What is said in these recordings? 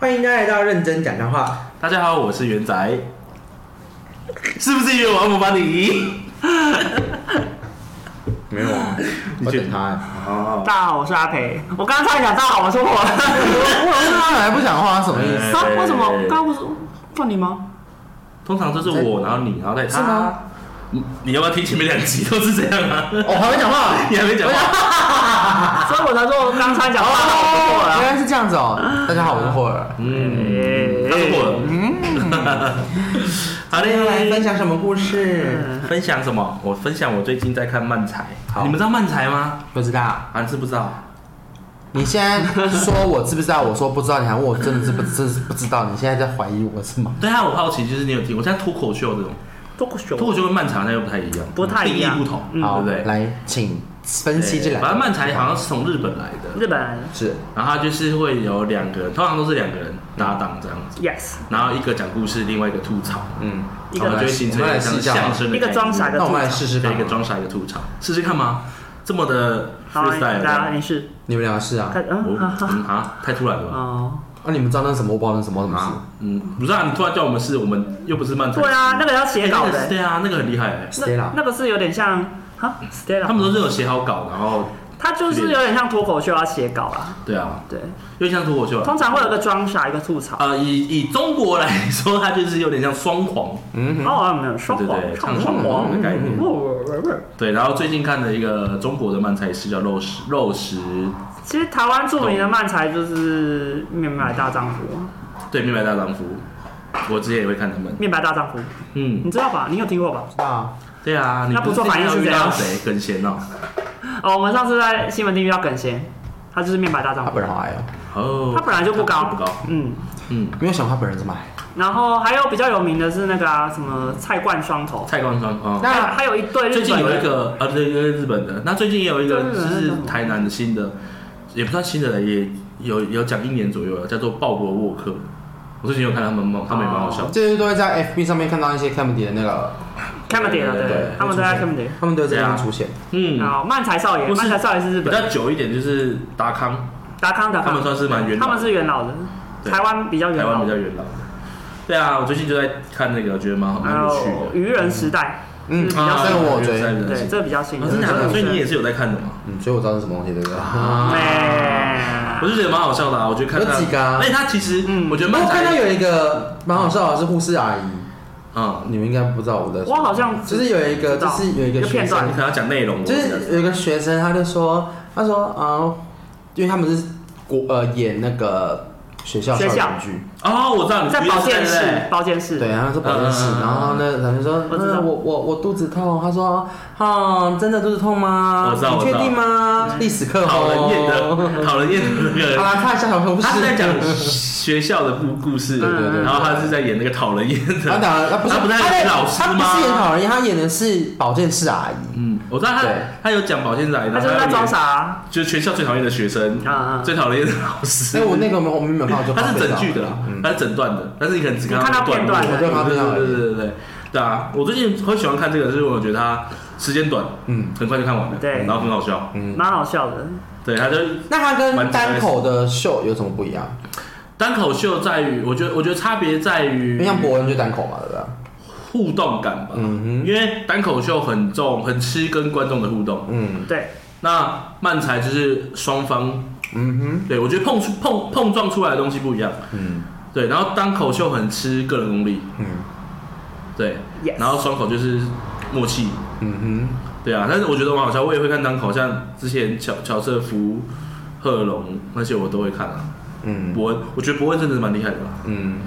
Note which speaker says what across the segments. Speaker 1: 欢迎大家来到认真讲干话，
Speaker 2: 大家好，我是元仔，是不是因为我要模仿你？
Speaker 1: 没有 啊，
Speaker 2: 你
Speaker 1: 我
Speaker 2: 去
Speaker 1: 等他哎，
Speaker 2: 哦，
Speaker 3: 大家好，我是阿培。我刚刚差点讲大家好，我说 啊我
Speaker 1: 我
Speaker 3: 哎
Speaker 1: 我他本来不讲话，什么意思？
Speaker 3: 啊，为什么？刚刚不是放你吗？
Speaker 2: 通常都是我，然后你，然后再
Speaker 1: 是吗
Speaker 2: 他。嗯你要不要听前面两集都是这样啊？
Speaker 1: 我还没讲话，
Speaker 2: 你还没
Speaker 1: 哎
Speaker 2: 讲话，
Speaker 3: 啊所以我才说我刚差点讲大家好，我说我
Speaker 1: 哦，
Speaker 3: 了。
Speaker 1: 原来是这样子哦。大家好，我是霍 尔。
Speaker 2: 嗯，他是我了。 好
Speaker 1: 今天要嗯来分
Speaker 2: 嘞，
Speaker 1: 享什么故 事？
Speaker 2: 分享什么？我分享我最近在看《漫才
Speaker 1: 好》，
Speaker 2: 你们知道《漫才》吗？
Speaker 1: 不知道，
Speaker 2: 啊，你知不知道？
Speaker 1: 你现在说我知不知道？我说不知道，你还问我真的知不知不知道？你现在在怀疑我是吗？
Speaker 2: 对啊，我好奇，就是你有听？我现在脱口秀这种，
Speaker 3: 脱口秀
Speaker 2: 脱口秀跟漫才好像又不太一样，
Speaker 3: 不太一样
Speaker 2: 定义不同，
Speaker 3: 嗯
Speaker 1: 好，
Speaker 2: 对不对？
Speaker 1: 来，请分析这两
Speaker 2: 反
Speaker 1: 个
Speaker 2: 正漫才好像是从日本来的，
Speaker 3: 日本人
Speaker 1: 是
Speaker 2: 然后他就是会有两个人，通常都是两个人搭档这样子，
Speaker 3: ，yes，
Speaker 2: 然后一个讲故事，另外一个吐槽，
Speaker 1: 嗯，
Speaker 3: 一
Speaker 2: 然后
Speaker 1: 好
Speaker 3: 个
Speaker 2: 就会形成一个像相声的
Speaker 3: 一个装傻，一
Speaker 2: 的，
Speaker 3: 个
Speaker 1: 那我
Speaker 3: 吐
Speaker 1: 们来
Speaker 3: 槽。
Speaker 1: 试试看
Speaker 2: 一个。装傻，一个吐槽，试试看吗？这么的
Speaker 3: 好，来
Speaker 2: freestyle，这
Speaker 3: 来，
Speaker 2: 样
Speaker 3: 你是
Speaker 1: 你们俩试啊？
Speaker 3: 看，嗯，
Speaker 2: 哦
Speaker 3: 哈哈。
Speaker 2: 嗯啊，太突然了吧？
Speaker 3: 哦，
Speaker 1: 啊，你们知道那是什么？我不知道那是什么什么
Speaker 2: 啊
Speaker 1: 事。，
Speaker 2: 嗯，不是啊，你突然叫我们试，我们又不是漫才，
Speaker 3: 对啊，那个要写
Speaker 2: 哎
Speaker 3: 稿
Speaker 2: 那
Speaker 3: 的
Speaker 2: 个是
Speaker 3: 欸，
Speaker 2: 对啊，那个很厉害欸，
Speaker 1: Stella
Speaker 3: 那那个是有点像啊
Speaker 2: 他
Speaker 3: ，Stella，
Speaker 2: 们都是有写好稿，然后
Speaker 3: 他就是有点像脱口秀要写稿啦。
Speaker 2: 对啊，
Speaker 3: 对，
Speaker 2: 又像脱口秀啊。
Speaker 3: 通常会有个装傻，一个吐槽。
Speaker 2: 呃，以以中国来说，它就是有点像双簧，
Speaker 1: 嗯，
Speaker 3: 哦，没有双
Speaker 2: 对
Speaker 3: 簧嗯
Speaker 2: 对，对，
Speaker 3: 唱
Speaker 2: 唱双簧的概念。
Speaker 3: 簧。
Speaker 2: 对，然后最近看的一个中国的漫才师叫肉食肉食，
Speaker 3: 其实台湾著名的漫才就是面白大丈夫，
Speaker 2: 对面白大丈夫，我之前也会看他们。
Speaker 3: 面白大丈夫，
Speaker 2: 嗯，
Speaker 3: 你知道吧？你有听过吧？
Speaker 1: 啊，
Speaker 2: 对啊，你
Speaker 3: 那不
Speaker 2: 是
Speaker 3: 错反应
Speaker 2: 之前
Speaker 3: 是
Speaker 2: 遇
Speaker 3: 怎
Speaker 2: 到
Speaker 3: 样
Speaker 2: 谁跟先哦？
Speaker 3: 哦，我们上次在新闻厅遇到耿贤，他就是面白大丈
Speaker 1: 他
Speaker 3: 夫
Speaker 1: 本，人好矮哦，
Speaker 2: 哦，
Speaker 3: 他本来就不高，
Speaker 2: 不高，
Speaker 3: 嗯。
Speaker 2: 嗯，
Speaker 1: 没有想过他本人这么矮。
Speaker 3: 然后还有比较有名的是那个啊，什么蔡冠双头，
Speaker 2: 蔡冠双哦。
Speaker 3: 还有
Speaker 1: 那
Speaker 3: 还有一对日
Speaker 2: 最近
Speaker 3: 本
Speaker 2: 有一
Speaker 3: 人，
Speaker 2: 个呃，对，一个日本的，那最近也有一个
Speaker 3: 对日
Speaker 2: 就
Speaker 3: 本
Speaker 2: 是
Speaker 3: 那种
Speaker 2: 台南的新的，也不算新的了，也有有讲一年左右了，叫做鲍勃沃克。我最近有看他们嘛，他们也蛮好笑的。
Speaker 1: 这些都会在 FB 上面看到一些 comedy 的那个，
Speaker 3: c a m e d y 了，
Speaker 2: 对
Speaker 3: 对
Speaker 2: 对，
Speaker 3: 他们都在 c a m e d y
Speaker 1: 他们都会在这边出现。
Speaker 2: 嗯，
Speaker 3: 然后漫才少爷，
Speaker 2: 不是
Speaker 3: 漫才少爷是日
Speaker 2: 比
Speaker 3: 本
Speaker 2: 较久一点就是达康，
Speaker 3: 达康达
Speaker 2: 他们
Speaker 3: 康，
Speaker 2: 算是蛮元老
Speaker 3: 他
Speaker 2: 的
Speaker 3: 们是元老的，
Speaker 2: 对
Speaker 3: 台湾比较元
Speaker 2: 台湾
Speaker 3: 老
Speaker 2: 比较
Speaker 3: 的，
Speaker 2: 元老的。对啊，我最近就在看那个，觉得蛮好，蛮
Speaker 3: 还
Speaker 2: 有
Speaker 3: 有
Speaker 2: 趣的。
Speaker 3: 愚人时代，
Speaker 1: 嗯，
Speaker 3: 哦比较
Speaker 1: 啊
Speaker 3: 少
Speaker 1: 这个我有
Speaker 2: 觉
Speaker 1: 追，
Speaker 2: 得
Speaker 3: 对，这个比较新的，
Speaker 2: 哦真的假的？
Speaker 3: 这
Speaker 2: 所
Speaker 3: 个啊
Speaker 2: 以你也是有在看的嘛？
Speaker 1: 嗯，所以我知道是什么东西，对不对？
Speaker 2: 啊
Speaker 3: 没
Speaker 2: 我就觉得蛮好笑的啊，我觉得看他
Speaker 1: 有几个啊
Speaker 2: 而且他其实，
Speaker 3: 嗯
Speaker 2: 我觉得
Speaker 1: 我
Speaker 2: 漫
Speaker 1: 看
Speaker 2: 才
Speaker 1: 到，有一个蛮好笑的，是护士阿姨，
Speaker 2: 嗯，
Speaker 1: 你们应该不知道我的。
Speaker 3: 我好像
Speaker 1: 就是有一个，
Speaker 3: 知道
Speaker 1: 就是有一个
Speaker 3: 一个
Speaker 1: 学
Speaker 3: 片
Speaker 1: 生
Speaker 3: 段
Speaker 2: 你可能要讲内容，
Speaker 1: 就是有一个学生，他就说，他说啊、呃因为他们是国呃演那个学校校
Speaker 3: 学校
Speaker 1: 园剧，
Speaker 2: 哦，我知道你
Speaker 3: 在保健室，，保健室，
Speaker 1: 对，然后说保健室，
Speaker 2: 嗯嗯嗯
Speaker 1: 然后呢，然后就说，
Speaker 3: 我知道
Speaker 1: 嗯我我我肚子痛，他说，啊，真的肚子痛吗？
Speaker 2: 我知道嗯
Speaker 1: 你确定吗？历史课
Speaker 2: 讨人厌
Speaker 1: 哦。啊
Speaker 2: 的，讨人厌的那
Speaker 1: 好
Speaker 2: 个。
Speaker 1: 啦，看一下小同事。
Speaker 2: 他是在讲学校的故故事，
Speaker 1: 对对对
Speaker 2: 然后他是在演那个讨人厌
Speaker 1: 他
Speaker 2: 的。
Speaker 1: 讲了，他不是
Speaker 2: 他不是在演老师
Speaker 1: 他
Speaker 2: 吗
Speaker 1: 不是演讨人厌，他演的是保健室阿姨。
Speaker 2: 嗯，我知道他
Speaker 1: 对
Speaker 2: 他有讲保健仔，
Speaker 3: 他
Speaker 2: 然后
Speaker 3: 就是
Speaker 2: 他
Speaker 3: 在
Speaker 2: 有
Speaker 3: 装
Speaker 2: 演
Speaker 3: 傻啊，
Speaker 2: 就是全校最讨厌的学生，
Speaker 3: 嗯嗯
Speaker 2: 最讨厌的老师
Speaker 1: 所以。我那个我们没有看到，就
Speaker 2: 它是整句
Speaker 1: 句
Speaker 2: 的啦，嗯它是整段的，但是你可能只看到
Speaker 3: 你看到片段
Speaker 2: 对
Speaker 1: 嗯我就看到片段而
Speaker 2: 对
Speaker 1: 已
Speaker 2: 对对对对，对啊！我最近很喜欢看这个，是因为我觉得它时间短，
Speaker 1: 嗯
Speaker 2: 很快就看完了，
Speaker 3: 对
Speaker 2: 然后很好笑，
Speaker 1: 嗯。
Speaker 3: 蛮好笑的。
Speaker 2: 对，它就
Speaker 1: 那他跟单口的秀有什么不一样？
Speaker 2: 单口秀在于，我觉得我觉得差别在
Speaker 1: 因
Speaker 2: 于
Speaker 1: 为像博文就单口嘛，对不对？
Speaker 2: 互动感吧，
Speaker 1: 嗯哼，
Speaker 2: 因为单口秀很重，很吃跟观众的互动，
Speaker 1: 嗯
Speaker 3: 对，
Speaker 2: 那漫才就是双方，
Speaker 1: 嗯哼，
Speaker 2: 对我觉得碰出碰碰撞出来的东西不一样，
Speaker 1: 嗯
Speaker 2: 对，然后单口秀很吃个人功力，
Speaker 1: 嗯
Speaker 2: 对
Speaker 3: Yes
Speaker 2: 然后双口就是默契。
Speaker 1: 嗯
Speaker 2: 对啊，但是我觉得蛮好笑，我也会看单口，像之前乔乔瑟夫、贺龙那些我都会看啊。
Speaker 1: 哼，嗯
Speaker 2: 伯恩，我觉得伯恩真的蛮厉害的啦，
Speaker 1: 嗯，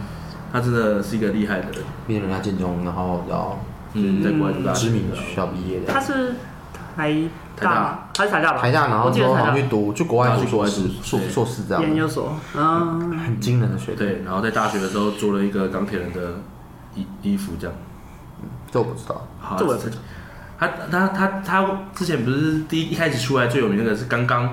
Speaker 2: 他真的是一个厉害的人，
Speaker 1: 毕竟人家建中，然后要
Speaker 2: 嗯，在国外读大学
Speaker 1: 知
Speaker 2: 的
Speaker 1: 名学校毕业的
Speaker 3: 他，是台
Speaker 2: 台
Speaker 3: 大
Speaker 2: 大
Speaker 3: 吗？他是台大吧？
Speaker 1: 台大，然
Speaker 3: 我
Speaker 1: 后
Speaker 3: 记得
Speaker 1: 说
Speaker 3: 台
Speaker 1: 好像
Speaker 3: 大
Speaker 1: 去读去国外
Speaker 2: 然后
Speaker 1: 读
Speaker 2: 去
Speaker 1: 硕
Speaker 2: 国外
Speaker 1: 士
Speaker 2: 读
Speaker 1: 硕
Speaker 2: 对
Speaker 1: 硕士这
Speaker 3: 研
Speaker 1: 样，
Speaker 3: 究所，嗯，
Speaker 1: 很惊人的水平，
Speaker 2: 对，然后在大学的时候做了一个钢铁人的衣衣服这样。
Speaker 1: 这我不知道。
Speaker 2: 好
Speaker 3: 这我也不知道
Speaker 2: 他他他他之前不是第一一开始出来最有名那个是刚刚，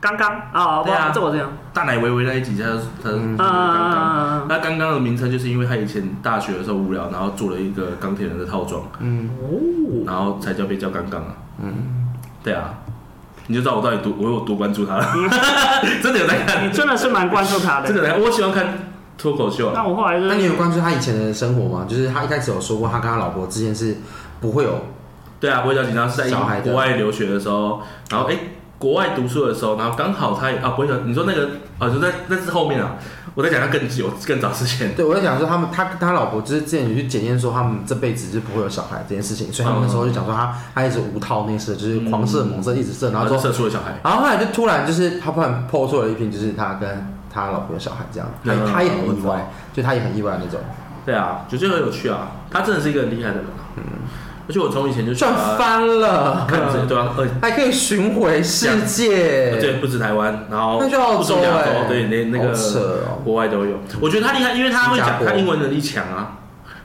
Speaker 3: 刚刚啊，不
Speaker 2: 对啊
Speaker 3: 这我这样，
Speaker 2: 大奶维维那一集，他就是他就是
Speaker 3: 嗯
Speaker 2: 刚
Speaker 1: 啊
Speaker 2: 刚。
Speaker 3: 嗯嗯嗯
Speaker 2: 那刚刚的名称就是因为他以前大学的时候无聊，然后做了一个钢铁人的套装，
Speaker 1: 嗯，
Speaker 3: 嗯
Speaker 2: 然后才叫被叫刚刚啊。嗯，对啊，你就知道我到底多我有多关注他了，
Speaker 1: 嗯
Speaker 2: 真的有在
Speaker 3: 哦，
Speaker 2: 看，
Speaker 3: 你真的是蛮关注他
Speaker 2: 真
Speaker 3: 的。
Speaker 2: 的有在看。我喜欢看脱口秀
Speaker 1: 哦
Speaker 2: 啊，
Speaker 3: 那我后来就
Speaker 1: 那你有
Speaker 3: 是
Speaker 1: 关注他以前的生活吗？就是他一开始有说过，他跟他老婆之间是不会有
Speaker 2: 对啊，不会叫警察是在
Speaker 1: 小孩的
Speaker 2: 国外留学的时候，然后哎、国外读书的时候，然后刚好他也啊，不会讲，你说那个啊，就在那是后面啊，我在讲他更久更早之前，
Speaker 1: 对，我在想说他们，他他老婆就是之前有去检验说他们这辈子是不会有小孩这件事情，所以他们那时候就讲说他他一直无套内射，就是狂射猛射一直射，然
Speaker 2: 然
Speaker 1: 后
Speaker 2: 后就
Speaker 1: 之后
Speaker 2: 射出了小孩，
Speaker 1: 然后后来就突然就是他突然抛出了一篇，就是他跟他老婆有小孩这样，他
Speaker 2: 嗯
Speaker 1: 他也很
Speaker 2: 我
Speaker 1: 意
Speaker 2: 知道
Speaker 1: 外，就他也很意外那种，
Speaker 2: 对啊，就觉得很有趣啊，他真的是一个很厉害的人啊，而且我从以前就喜
Speaker 1: 赚
Speaker 2: 欢
Speaker 1: 翻了，
Speaker 2: 看这对啊，呃，
Speaker 1: 还可以巡回世界，
Speaker 2: 对，不止台湾，然后
Speaker 1: 那就澳
Speaker 2: 不止
Speaker 1: 洲
Speaker 2: 亚
Speaker 1: 哎、
Speaker 2: 对，连那
Speaker 1: 好
Speaker 2: 个
Speaker 1: 扯哦，
Speaker 2: 国外都有，我觉得他厉害，因为他会
Speaker 1: 新加
Speaker 2: 讲，
Speaker 1: 坡
Speaker 2: 他英文能力强啊，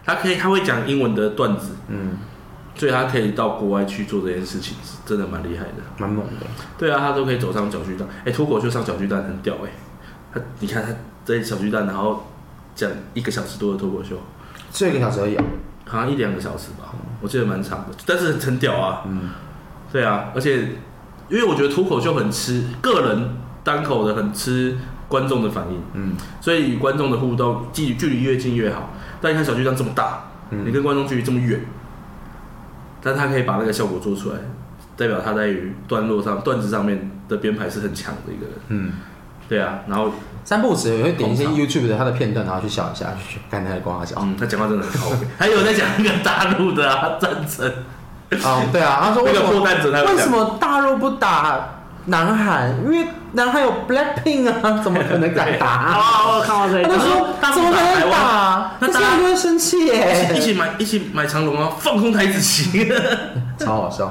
Speaker 2: 他可以他会讲英文的段子，
Speaker 1: 嗯，
Speaker 2: 所以他可以到国外去做这件事情，是真的蛮厉害的。
Speaker 1: 蛮猛的，
Speaker 2: 对啊，他都可以走上小巨蛋。哎、脱口秀上小巨蛋很屌哎、他你看他在小巨蛋，然后讲一个小时多的脱口秀，
Speaker 1: 这个小时而已、哦，
Speaker 2: 好像一两个小时吧，我记得蛮长的，但是很屌啊。
Speaker 1: 嗯，
Speaker 2: 对啊，而且因为我觉得脱口秀很吃个人单口的，很吃观众的反应，
Speaker 1: 嗯，
Speaker 2: 所以与观众的互动距距离越近越好。但你看小巨蛋这么大，
Speaker 1: 嗯
Speaker 2: 你跟观众距离这么远，但他可以把那个效果做出来，代表他在于段落上、段子上面的编排是很强的一个人。
Speaker 1: 嗯。
Speaker 2: 对啊，然后
Speaker 1: 三不五时也会点一些
Speaker 2: 捧场
Speaker 1: YouTube 的他的片段，然后去笑一下，去看他的光笑。
Speaker 2: 嗯，他讲话真的很高， 还有在讲那个大陆的啊 战争，
Speaker 1: 啊，对啊，他说为
Speaker 2: 那
Speaker 1: 什
Speaker 2: 个
Speaker 1: 么
Speaker 2: 破蛋者他有讲
Speaker 1: 为什么大陆不打南韩？因为南韩有 Blackpink 啊，怎么可能敢
Speaker 3: 啊，
Speaker 1: 打？
Speaker 3: 哦我有看到这
Speaker 2: 哎
Speaker 3: 一
Speaker 1: 他
Speaker 3: 个
Speaker 1: 就，说
Speaker 2: 大陆
Speaker 1: 怎么可能打
Speaker 2: 打？
Speaker 1: 那这
Speaker 2: 那大
Speaker 1: 样就会生气
Speaker 2: 一
Speaker 1: 耶，
Speaker 2: 起买一起买长龙啊，放空台子棋，
Speaker 1: 超好笑。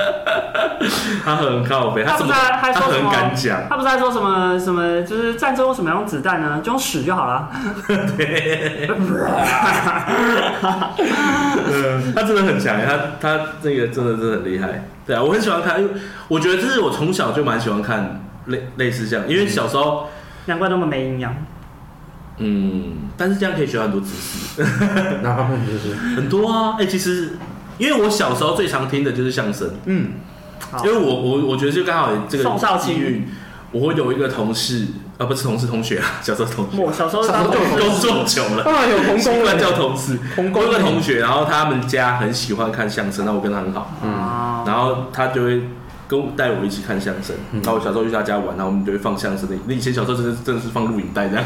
Speaker 2: 他很靠北，
Speaker 3: 他
Speaker 2: 怎
Speaker 3: 不
Speaker 2: 么
Speaker 3: 是还还
Speaker 2: 他
Speaker 3: 说什
Speaker 2: 很
Speaker 3: 么？
Speaker 2: 敢讲，
Speaker 3: 他不是还说什么什么？就是战争为什么要用子弹呢？就用屎就好了。
Speaker 2: 嗯， 他真的很强，他他这个真的真的很厉害，对啊，我很喜欢看，因为我觉得这是我从小就蛮喜欢看类类似这样，因为小时候
Speaker 3: 难怪那么没营养。
Speaker 2: 嗯，但是这样可以学到很多知识。
Speaker 1: 那他们就是，
Speaker 2: 很多啊，哎、其实因为我小时候最常听的就是相声，
Speaker 1: 嗯，
Speaker 3: 好
Speaker 2: 因为我我我觉得就刚好有这个
Speaker 3: 哦宋少卿
Speaker 2: 机遇，我会有一个同事啊，不是同事同学啊，小时候同学，
Speaker 3: 我小时候
Speaker 1: 小时
Speaker 3: 当
Speaker 1: 候就有
Speaker 2: 工作久了。
Speaker 1: 当然有同
Speaker 2: 习
Speaker 1: 工
Speaker 2: 惯
Speaker 1: 了，
Speaker 2: 叫同事，
Speaker 1: 同
Speaker 2: 我
Speaker 1: 工
Speaker 2: 有个同学，然后他们家很喜欢看相声，那我跟他很好，
Speaker 1: 嗯，
Speaker 3: 啊，
Speaker 2: 然后他就会跟我带我一起看相声，
Speaker 3: 嗯
Speaker 2: 然后我小时候去他家玩，然后我们就会放相声的，那以前小时候真的真的是放录影带 这样，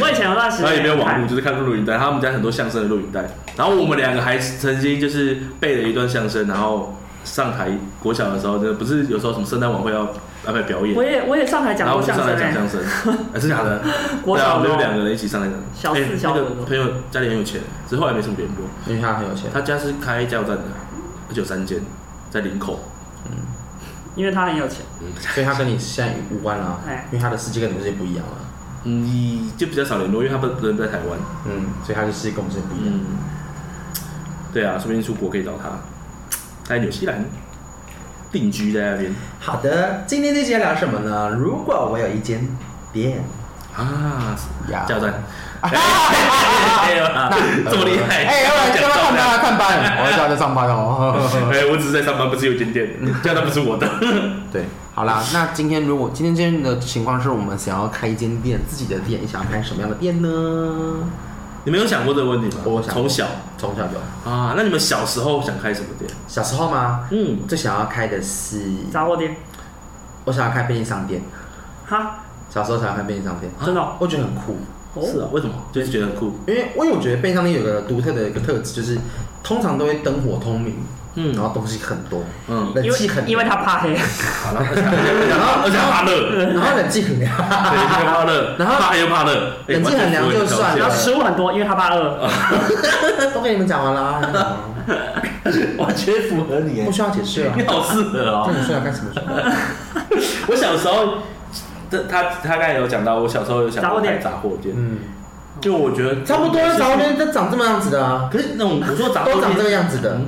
Speaker 3: 我以前有段时
Speaker 2: 然后
Speaker 3: 间哎
Speaker 2: 也没有网
Speaker 3: 看
Speaker 2: 络，就是看录影带。他们家很多相声的录影带，然后我们两个还曾经就是背了一段相声，然后上台国小的时候，真的不是有时候什么圣诞晚会要安排表演
Speaker 3: 我，也我也上台
Speaker 2: 然
Speaker 3: 讲
Speaker 2: 后我
Speaker 3: 过
Speaker 2: 们就
Speaker 3: 相
Speaker 2: 上
Speaker 3: 声
Speaker 2: 来讲
Speaker 3: 欸，
Speaker 2: 相声， 哎，是假的？
Speaker 3: 国
Speaker 2: 对啊，
Speaker 3: 小
Speaker 2: 我
Speaker 3: 的
Speaker 2: 们就两
Speaker 3: 哦
Speaker 2: 个人一起上来讲。
Speaker 3: 小四
Speaker 2: 哎
Speaker 3: 小
Speaker 2: 那
Speaker 3: 五
Speaker 2: 个
Speaker 3: 的时候
Speaker 2: 朋友家里很有钱，之后也没什么联络，
Speaker 1: 因为他很有钱，
Speaker 2: 他家是开加油站的，而且有三间，在林口。
Speaker 3: 哎因为他很有钱。
Speaker 1: 所以他跟你现在无关了啊
Speaker 3: 哎，
Speaker 1: 因为他的世界跟你们世界不一样了，
Speaker 2: 嗯，就比较少联络，因为他不人在台湾。
Speaker 1: 嗯，所以他的世界跟我们世界不一样。
Speaker 2: 嗯，对啊，说不定出国可以找他，他在纽西兰定居在那边
Speaker 1: 好的，今天这节聊什么呢？如果我有一间店，
Speaker 2: 啊，
Speaker 1: 呀
Speaker 2: 加油站。哎呦啊这么厉害！
Speaker 1: 哎，要不然要不要看班啊？看 班，我现在在上班哦。
Speaker 2: 哎，我只是在上班，不是有间店，加油站不是我的。
Speaker 1: 对，好 啦，那今天如果今天这样的情况是我们想要开一间店，自己的店，你想要开什么样的店呢？
Speaker 2: 你们有想过这个问题吗？
Speaker 1: 我想过
Speaker 2: 从小
Speaker 1: 从小就
Speaker 2: 啊，那你们小时候想开什么店？
Speaker 1: 小时候吗？
Speaker 2: 嗯
Speaker 1: 我，最想要开的是，
Speaker 3: 杂货店，
Speaker 1: 我想要开便利商店。
Speaker 3: 哈，
Speaker 1: 小时候想要开便利商店，
Speaker 3: 真的哦
Speaker 1: 我觉得很酷，
Speaker 2: 是啊，为什么？就是觉得很酷。
Speaker 1: 因为因为我觉得便利商店有个独特的一个特质，就是通常都会灯火通明，
Speaker 2: 嗯
Speaker 1: 然后东西很多，
Speaker 2: 嗯，
Speaker 1: 冷
Speaker 3: 因
Speaker 1: 气很
Speaker 3: 为因为他怕黑，
Speaker 2: 好了，而且而且怕热，
Speaker 1: 然后冷气很凉，
Speaker 2: 对，又怕热，
Speaker 1: 然后
Speaker 2: 怕黑又怕热，哎
Speaker 1: 冷气很凉就算
Speaker 3: 然
Speaker 1: 了
Speaker 3: 后食物很多，因为他怕饿。
Speaker 2: 啊
Speaker 1: 都跟你们讲完啊啦，
Speaker 2: 完全符合你耶
Speaker 1: 不需要解释啊了
Speaker 2: 你。好适合哦
Speaker 1: 那。你说要干什么？
Speaker 2: 我小时候，这他他刚才有讲到，我小时候有想过开杂货店，
Speaker 1: 嗯，
Speaker 2: 就我觉得
Speaker 1: 差不多，早点都长这么样子的啊，
Speaker 2: 可是那种我说杂货
Speaker 1: 都长这
Speaker 2: 店，
Speaker 1: 个样子的。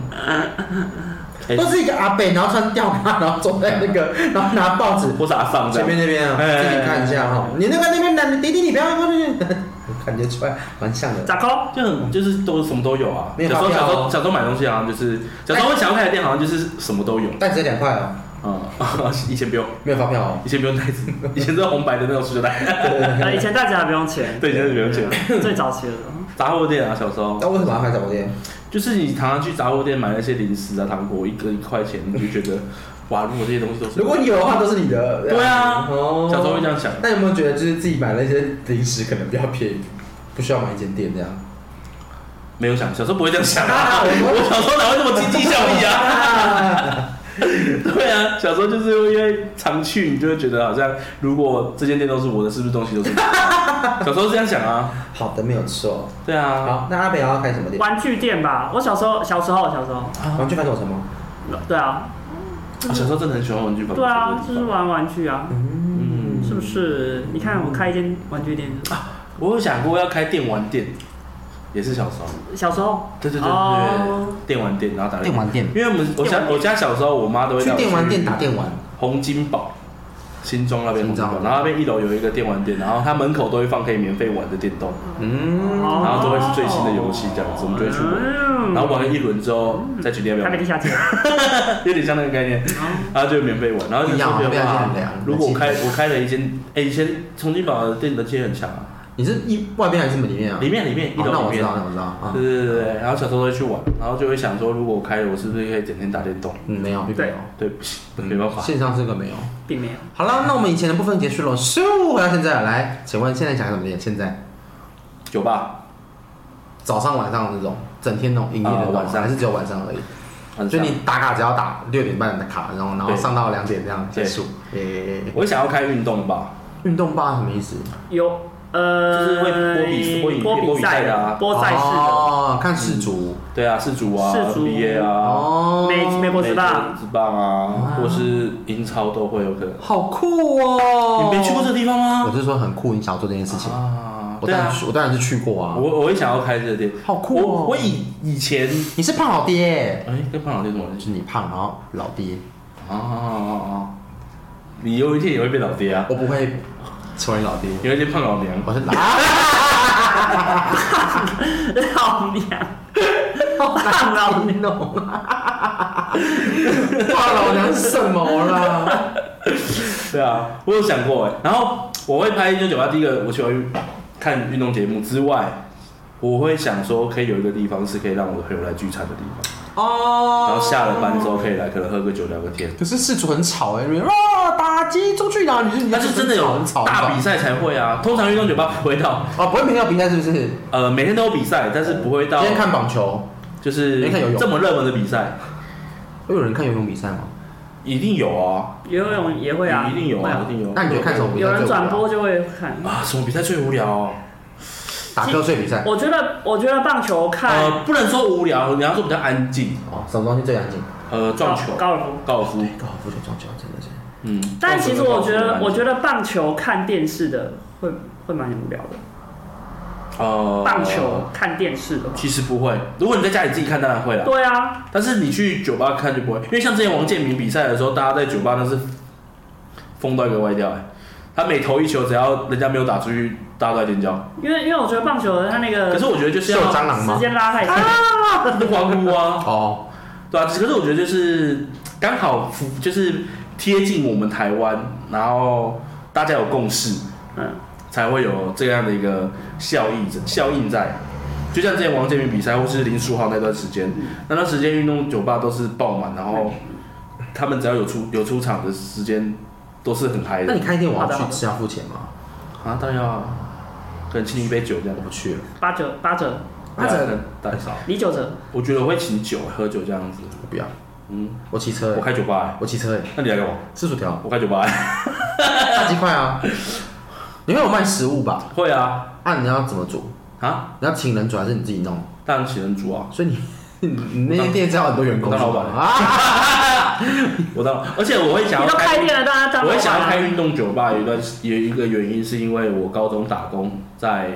Speaker 2: 哎
Speaker 1: 都是一个阿贝，然后穿吊嘎，然后坐在那个，然后拿 报纸
Speaker 2: 我是阿放这
Speaker 1: 前
Speaker 2: 样
Speaker 1: 面那边啊，
Speaker 2: 哎
Speaker 1: 自己看一下哈。你那个那边男弟弟，你不要过去，感觉出来蛮像的。
Speaker 3: 咋抠？
Speaker 2: 就很就是都什么都有 啊。
Speaker 1: 没
Speaker 2: 小
Speaker 1: 有
Speaker 2: 时候
Speaker 1: 发
Speaker 2: 小
Speaker 1: 票
Speaker 2: 时
Speaker 1: 哦
Speaker 2: 候小时候买东西好像就是小时候想要开的店好像就是什么都有
Speaker 1: 袋子两块哦，
Speaker 2: 啊。 以前不用，
Speaker 1: 没有发票哦。
Speaker 2: 以前不用 袋子，以前是红白的那种塑料袋。
Speaker 3: 呃，以前大家还不用钱，
Speaker 2: 对以前是不用钱
Speaker 3: 对，最早期的时候，
Speaker 2: 杂货店啊，小时 候
Speaker 1: 那为什么要开早店？
Speaker 2: 就是你常常去杂货店买那些零食啊、糖果，一个一块钱，你就觉得哇，如果这些东西都是
Speaker 1: 如果有的话，都是你的。
Speaker 2: 对啊
Speaker 1: 哦
Speaker 2: 小时候会这样想，
Speaker 1: 那有没有觉得就是自己买那些零食可能比较便宜，不需要买一间店这样？
Speaker 2: 没有想，小时候不会这 样想啊，
Speaker 1: 啊我
Speaker 2: 我小时候哪会这么经济效益啊？ 对啊，小时候就是因为常去，你就会觉得好像如果这间店都是我的，是不是东西 都是我的？小时候是这样想啊，
Speaker 1: 好的，没有错。
Speaker 2: 对啊，
Speaker 1: 好，那阿北要开什么店？
Speaker 3: 玩具店吧。我小时候，小时候，小时候，
Speaker 1: 玩具反斗城吗？
Speaker 3: 对啊，
Speaker 2: 我小时候真的很喜欢玩具房，
Speaker 3: 对啊，就是玩玩具啊，
Speaker 2: 嗯，
Speaker 3: 是不是？你看我开一间玩具店，
Speaker 2: 我有想过要开电玩店，也是小时候，
Speaker 3: 小时候，
Speaker 2: 对对对对对
Speaker 3: 哦，，
Speaker 2: 电玩店，然后打猎
Speaker 1: 电玩店
Speaker 2: 因为我们我家我家小时候，我妈都会带
Speaker 1: 去
Speaker 2: 我
Speaker 1: 电玩店打电玩，
Speaker 2: 洪金宝，新庄那边洪金宝，
Speaker 1: 新庄
Speaker 2: 然后那边一楼有一个电玩店，然后它门口都会放可以免费玩的电动，
Speaker 1: 嗯，
Speaker 3: 哦
Speaker 2: 然后都会是最新的游戏这样子，我们就会去玩，
Speaker 3: 嗯
Speaker 2: 然后玩了一轮之后再决定要不要
Speaker 3: 台北
Speaker 2: 玩
Speaker 3: 地，下街，
Speaker 1: 嗯
Speaker 2: 有点像那个概念，然后就免费玩，然后就
Speaker 1: 不一样啊
Speaker 2: 说
Speaker 1: 不一
Speaker 2: 的
Speaker 1: 样现在
Speaker 2: 话
Speaker 1: 很凉，
Speaker 2: 如果我开
Speaker 1: 冷气
Speaker 2: 我开了一间，哎，以前洪金宝的店的街很强啊，
Speaker 1: 你是一外边还是里面啊？
Speaker 2: 里面里面一
Speaker 1: 哦那
Speaker 2: 楼
Speaker 1: 我
Speaker 2: 里
Speaker 1: 知
Speaker 2: 面
Speaker 1: 道，。那我知道啊
Speaker 2: 对。对对对，然后小时候都会去玩，然后就会想说，如果我开了，我是不是可以整天打电动？
Speaker 1: 嗯，没有，并没有，
Speaker 2: 对，不行，没办法。
Speaker 1: 线上这个没有。
Speaker 3: 并没有。
Speaker 1: 好了，那我们以前的部分结束了，咻，回到现在来，请问现在想什么店？现在
Speaker 2: 酒吧，
Speaker 1: 早上晚上的那种，整天那种营业的
Speaker 2: 啊晚上
Speaker 1: 还是只有晚上而已？
Speaker 2: 晚
Speaker 1: 就
Speaker 2: 上
Speaker 1: 你打卡只要打六点半的卡，然后然后
Speaker 2: 对
Speaker 1: 上到两点这样结
Speaker 2: 对
Speaker 1: 束。诶，
Speaker 2: 我想要开运动吧，
Speaker 1: 运动吧什么意思？
Speaker 3: 有呃，
Speaker 2: 就是会播比播影片播比赛的啊
Speaker 3: 播赛事的，
Speaker 1: 哦，看世足
Speaker 2: 对啊，世足啊
Speaker 3: 世足
Speaker 2: ，NBA 啊，
Speaker 1: 哦，
Speaker 3: 美美国职棒，
Speaker 2: 职棒啊，或是英超都会有可能。
Speaker 1: 好酷哦！
Speaker 2: 你没去过这个地方
Speaker 1: 我
Speaker 2: 吗？
Speaker 1: 是说很酷，你想要做这件事情，
Speaker 2: 啊，
Speaker 1: 我
Speaker 2: 对
Speaker 1: 当然
Speaker 2: 啊，
Speaker 1: 去，我当然是去过啊
Speaker 2: 我。我也想要开这个店，
Speaker 1: 好酷哦
Speaker 2: 我我以以前，
Speaker 1: 你是胖老爹，
Speaker 2: 哎，跟胖老爹怎么认
Speaker 1: 就
Speaker 2: 识？
Speaker 1: 是你胖，然后老爹，
Speaker 2: 啊啊啊！你有一天也会变老爹啊，
Speaker 1: 我不会成为老爹，
Speaker 2: 有一天胖老娘。
Speaker 1: 我是啊，
Speaker 2: 哦
Speaker 3: 老娘，胖 老娘，
Speaker 1: 弄，胖老娘是什么啦？
Speaker 2: 对啊，我有想过哎、然后我会拍一九九八，第一个我喜欢运看运动节目之外，我会想说可以有一个地方是可以让我的朋友来聚餐的地方，
Speaker 1: 哦，嗯
Speaker 2: 然后下了班之后可以来可能喝个酒聊个天。
Speaker 1: 可是事主很吵哎、你们啊打击出去，然后你就你
Speaker 2: 但是真的有
Speaker 1: 很吵
Speaker 2: 大比
Speaker 1: 赛
Speaker 2: 赛才会啊，通常运动酒吧不会到，
Speaker 1: 哦，不会没有比赛是不是？
Speaker 2: 呃，每天都有比赛，但是不会到
Speaker 1: 今天看棒球，
Speaker 2: 就是
Speaker 1: 今天看游泳
Speaker 2: 这么热门的比赛，
Speaker 1: 会有人看游泳比赛吗？
Speaker 2: 一定有啊，
Speaker 3: 游泳也会啊，
Speaker 2: 一定有
Speaker 3: 会
Speaker 2: 啊，一定有。
Speaker 1: 那你觉得看什么比赛最无聊？
Speaker 3: 有人转播就会看。
Speaker 2: 啊？什么比赛最无聊、哦？
Speaker 1: 打瞌睡比赛
Speaker 3: 我觉得，我觉得棒球看
Speaker 2: 呃，不能说无聊，你要说比较安静。
Speaker 1: 哦，什么东西最安静？
Speaker 2: 呃，撞球、
Speaker 3: 高尔夫，
Speaker 2: 高尔夫，
Speaker 1: 高尔夫球、撞球，真的是。
Speaker 2: 嗯。
Speaker 3: 但其实我觉
Speaker 2: 撞球跟高尔
Speaker 3: 得，
Speaker 2: 夫
Speaker 3: 我觉得棒球看电视的会会蛮无聊的。
Speaker 2: 呃，
Speaker 3: 棒球看电视的话，
Speaker 2: 其实不会。如果你在家里自己看，当然会啦。
Speaker 3: 对啊，
Speaker 2: 但是你去酒吧看就不会，因为像之前王建民比赛的时候，大家在酒吧那是疯到一个歪掉、欸。他每投一球，只要人家没有打出去，大家都在尖叫。
Speaker 3: 因为因为我觉得棒球它那
Speaker 2: 可
Speaker 3: 个
Speaker 2: 是我觉得就是
Speaker 1: 是
Speaker 2: 要
Speaker 1: 有 蟑螂
Speaker 3: 时
Speaker 1: 吗？
Speaker 3: 间拉太长，
Speaker 2: 欢呼啊，
Speaker 1: 哦，
Speaker 2: 对啊。可是我觉得就是刚好符就是贴近我们台湾，然后大家有共识，
Speaker 3: 嗯，
Speaker 2: 才会有这样的一个效益效应在。就像之前王建民比赛，或是林书豪那段时间，
Speaker 1: 嗯
Speaker 2: 那段时间运动酒吧都是爆满，然后他们只要有出有出场的时间，都是很嗨
Speaker 1: 那
Speaker 2: 的
Speaker 1: 你。开店我
Speaker 3: 好
Speaker 1: 要
Speaker 3: 的好
Speaker 1: 去
Speaker 3: 的
Speaker 1: 吃要付钱吗？
Speaker 2: 啊，当然要啊，可能请你一杯酒这样
Speaker 1: 我。不去了。
Speaker 3: 八折八折，
Speaker 1: 那这
Speaker 2: 对啊那大少，
Speaker 3: 你九折，
Speaker 2: 我觉得我会请酒喝酒这样子。
Speaker 1: 我不要，
Speaker 2: 嗯，
Speaker 1: 我骑车
Speaker 2: 我
Speaker 1: 欸，
Speaker 2: 开酒吧、
Speaker 1: 我骑车欸，
Speaker 2: 欸，那你来干嘛？
Speaker 1: 吃薯条，
Speaker 2: 我开酒吧、欸，
Speaker 1: 大鸡块啊。 你会有卖食物吧？
Speaker 2: 会啊
Speaker 1: 啊，你要怎么煮？
Speaker 2: 啊，
Speaker 1: 你要请人煮还是你自己弄？
Speaker 2: 当然请人煮啊。
Speaker 1: 所以你你 那间店招很多员工
Speaker 2: 我当老板
Speaker 1: 是吧啊？
Speaker 2: 我当然，而且我会想
Speaker 3: 你
Speaker 2: 要
Speaker 3: 都开店了，当然当
Speaker 2: 我
Speaker 3: 然
Speaker 2: 会想要开
Speaker 3: 啊
Speaker 2: 运动酒吧，有一段有一个原因是因为我高中打工在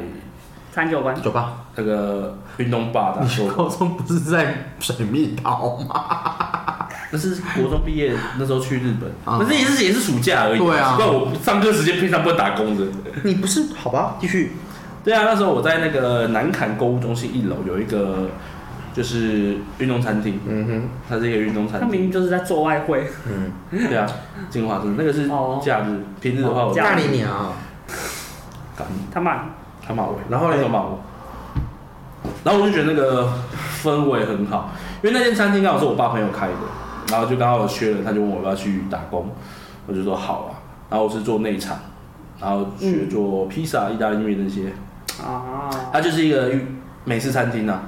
Speaker 3: 餐酒馆。
Speaker 1: 酒吧，
Speaker 2: 那个运动吧打
Speaker 1: 你
Speaker 2: 工，
Speaker 1: 高中不是在水蜜桃吗？
Speaker 2: 那是国中毕业那时候去日本，
Speaker 1: 啊
Speaker 2: 可是也是也是暑假而已。
Speaker 1: 对啊
Speaker 2: 奇怪我上课时间平常不会打工的。
Speaker 1: 你不是好吧？继续。
Speaker 2: 对啊，那时候我在那个南坎购物中心一楼有一个就是运动餐厅，
Speaker 1: 嗯
Speaker 2: 它是一个运动
Speaker 3: 他
Speaker 2: 餐
Speaker 3: 明
Speaker 2: 厅。
Speaker 3: 明就是在做外汇，
Speaker 1: 哼，嗯，
Speaker 2: 对啊，金华镇那个是
Speaker 3: 哦
Speaker 2: 假日，平日的话我
Speaker 3: 哦假
Speaker 1: 大
Speaker 3: 日
Speaker 1: 你娘啊！
Speaker 2: 干
Speaker 3: 他骂
Speaker 2: 他骂我，
Speaker 1: 然后嘞
Speaker 2: 他骂我，然后我就觉得那个 氛围很好，因为那间餐厅刚好是我爸朋友开的，然后就刚好有缺人，他就问我要不要去打工，我就说好啊，然后我是做内场，然后学做披萨、意大利面那些，
Speaker 3: 你啊。
Speaker 2: 它就是一个美式餐厅啊，